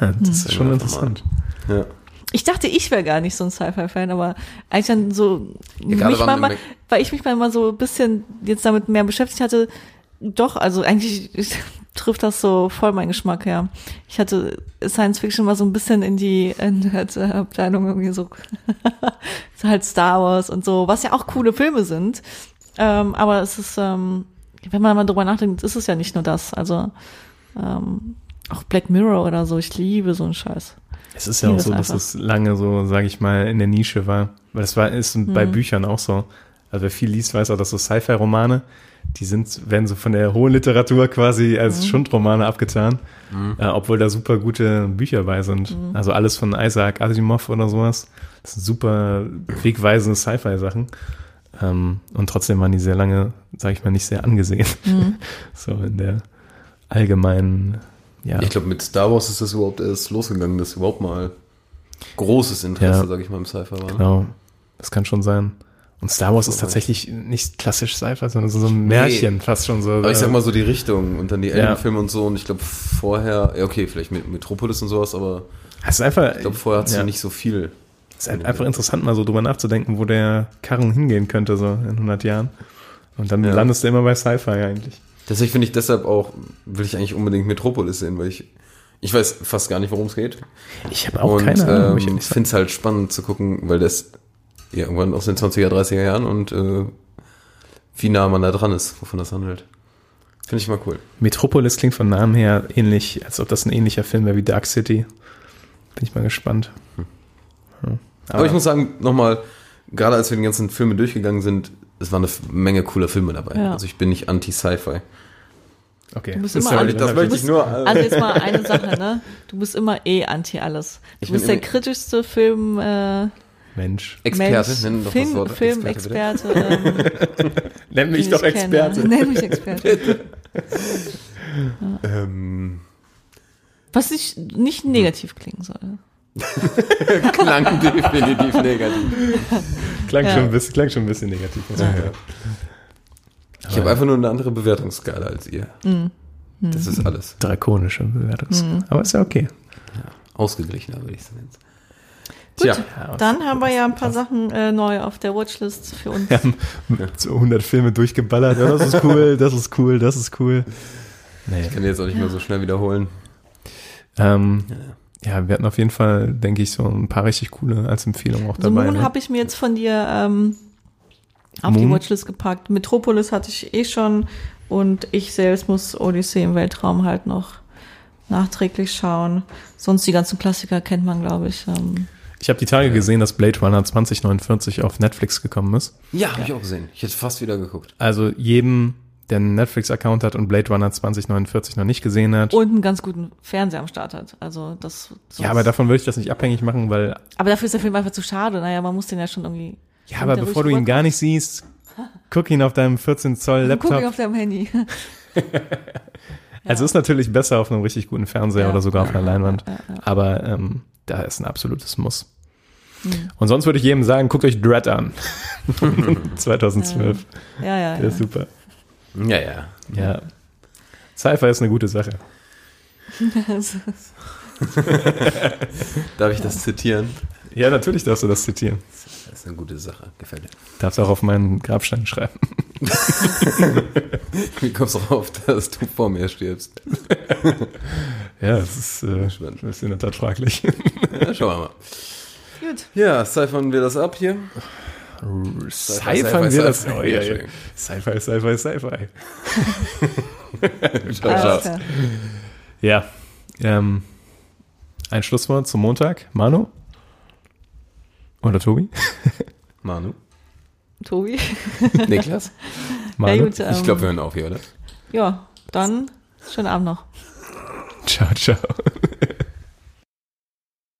Ja, das ist schon Hm. Ja, interessant. Ja. Ich dachte, ich wäre gar nicht so ein Sci-Fi-Fan, aber als ich dann so gerade waren mich mal, wir mal, weg. weil ich mich mal, mal so ein bisschen jetzt damit mehr beschäftigt hatte, doch, also eigentlich trifft das so voll meinen Geschmack her. Ich hatte Science Fiction mal so ein bisschen in die Nerd-Abteilung irgendwie so, so halt Star Wars und so, was ja auch coole Filme sind. Ähm, aber es ist, ähm, wenn man mal drüber nachdenkt, ist es ja nicht nur das. Also ähm, auch Black Mirror oder so, ich liebe so einen Scheiß. Es ist ja Liebe auch so, es dass einfach. es lange so, sage ich mal, in der Nische war. Weil es war, ist bei Büchern auch so. Also wer viel liest, weiß auch, dass so Sci-Fi-Romane, die sind, werden so von der hohen Literatur quasi als Schundromane abgetan, äh, obwohl da super gute Bücher bei sind. Also alles von Isaac Asimov oder sowas. Das sind super wegweisende Sci-Fi-Sachen. Ähm, und trotzdem waren die sehr lange, sage ich mal, nicht sehr angesehen. so in der allgemeinen, ja. Ich glaube, mit Star Wars ist das überhaupt erst losgegangen, dass überhaupt mal großes Interesse, Ja. sag ich mal, im Sci-Fi war. Genau, das kann schon sein. Und Star Wars ist tatsächlich nicht klassisch Sci-Fi, sondern so ein Märchen fast schon so. Aber ich äh, sag mal so die Richtung und dann die Alien-Filme Ja. und so und ich glaube vorher, ja okay, vielleicht mit Metropolis und sowas, aber es ist einfach, ich glaube vorher hat es ja, nicht so viel. es ist halt einfach interessant, mal so drüber nachzudenken, wo der Karren hingehen könnte, so in 100 Jahren. Und dann Ja. landest du immer bei Sci-Fi eigentlich. Deswegen finde ich deshalb auch, will ich eigentlich unbedingt Metropolis sehen, weil ich, ich weiß fast gar nicht, worum es geht. Ich habe auch und keine Ahnung. ähm, ich finde es halt spannend zu gucken, weil das ja, irgendwann aus den 20er, 30er Jahren und äh, wie nah man da dran ist, wovon das handelt. Finde ich mal cool. Metropolis klingt vom Namen her ähnlich, als ob das ein ähnlicher Film wäre wie Dark City. Bin ich mal gespannt. Hm. Ah, Ja. Hm. Aber, ich muss sagen, nochmal, gerade als wir die ganzen Filme durchgegangen sind, es war eine F- Menge cooler Filme dabei. Ja. Also ich bin nicht anti-Sci-Fi. okay. Du bist Das immer ist anti- ja- das möchte ich nur. Also jetzt mal eine Sache, ne? Du bist immer eh anti alles. Du Ich bist bin der immer- kritischste Film äh, Mensch. Experte, Mensch, nennen doch das Film, Wort. Experte, Filmexperte. ähm, Nenn mich den doch ich kenne. Experte. Nenn mich Experte. bitte. Ähm, Was nicht, nicht negativ klingen soll. klang definitiv negativ. Klang, Ja. schon ein bisschen, klang schon ein bisschen negativ. muss man sagen. Ich habe einfach nur eine andere Bewertungsskala als ihr. Mhm. Das ist alles. drakonische Bewertungsskala. Aber ist ja okay. Ausgeglichener, würde ich sagen. Gut, Tja. dann haben wir ja ein paar Sachen äh, neu auf der Watchlist für uns. Wir haben so 100 Filme durchgeballert. Ja, das ist cool, das ist cool, das ist cool. Nee. Kann ich jetzt auch nicht mehr so schnell wiederholen. Ähm, ja, wir hatten auf jeden Fall, denke ich, so ein paar richtig coole als Empfehlung auch Also dabei. Moon ne? habe ich mir jetzt von dir ähm, auf die Moon? Watchlist gepackt. Metropolis hatte ich eh schon und ich selbst muss Odyssee im Weltraum halt noch nachträglich schauen. Sonst die ganzen Klassiker kennt man, glaube ich. Ähm, ich habe die Tage gesehen, dass Blade Runner 2049 auf Netflix gekommen ist. Ja, habe ich auch gesehen. Ich hätte fast wieder geguckt. Also jedem, der einen Netflix-Account hat und Blade Runner 2049 noch nicht gesehen hat. und einen ganz guten Fernseher am Start hat. Also das. sonst- ja, aber davon würde ich das nicht abhängig machen, weil aber dafür ist der Film einfach zu schade. Naja, man muss den ja schon irgendwie. ja, aber da bevor du ruhig ihn gar nicht siehst, guck ihn auf deinem 14 Zoll Guck ich Laptop. auf deinem Handy. Also ist natürlich besser auf einem richtig guten Fernseher Ja. oder sogar auf einer Leinwand. ja, ja. Aber ähm, da ist ein absolutes Muss. Hm. Und sonst würde ich jedem sagen, guckt euch Dread an. 2012. Ja, ja. Der ja. ist super. Ja, ja. Ja. Sci-Fi ist eine gute Sache. Darf ich das zitieren? Ja, natürlich darfst du das zitieren. Das ist eine gute Sache. Gefällt mir. Darfst auch auf meinen Grabstein schreiben. Wie kommst du darauf, dass du vor mir stirbst? Ja, das ist, äh, Spannend. ist in der Tat fraglich. Ja, schauen wir mal. Gut. Ja, ciphern wir das ab hier. Sci-Fi wir das Sci-Fi. neue. ey. Sci-Fi, Sci-Fi, Sci-Fi. Ciao, ciao. Alles klar. Ja. Ähm, ein Schlusswort zum Montag. Manu? Oder Tobi? Manu. Tobi. Niklas? Ja, Manu? gut, ähm, Ich glaube, wir hören auf hier, oder? ja, dann schönen Abend noch. Ciao, ciao.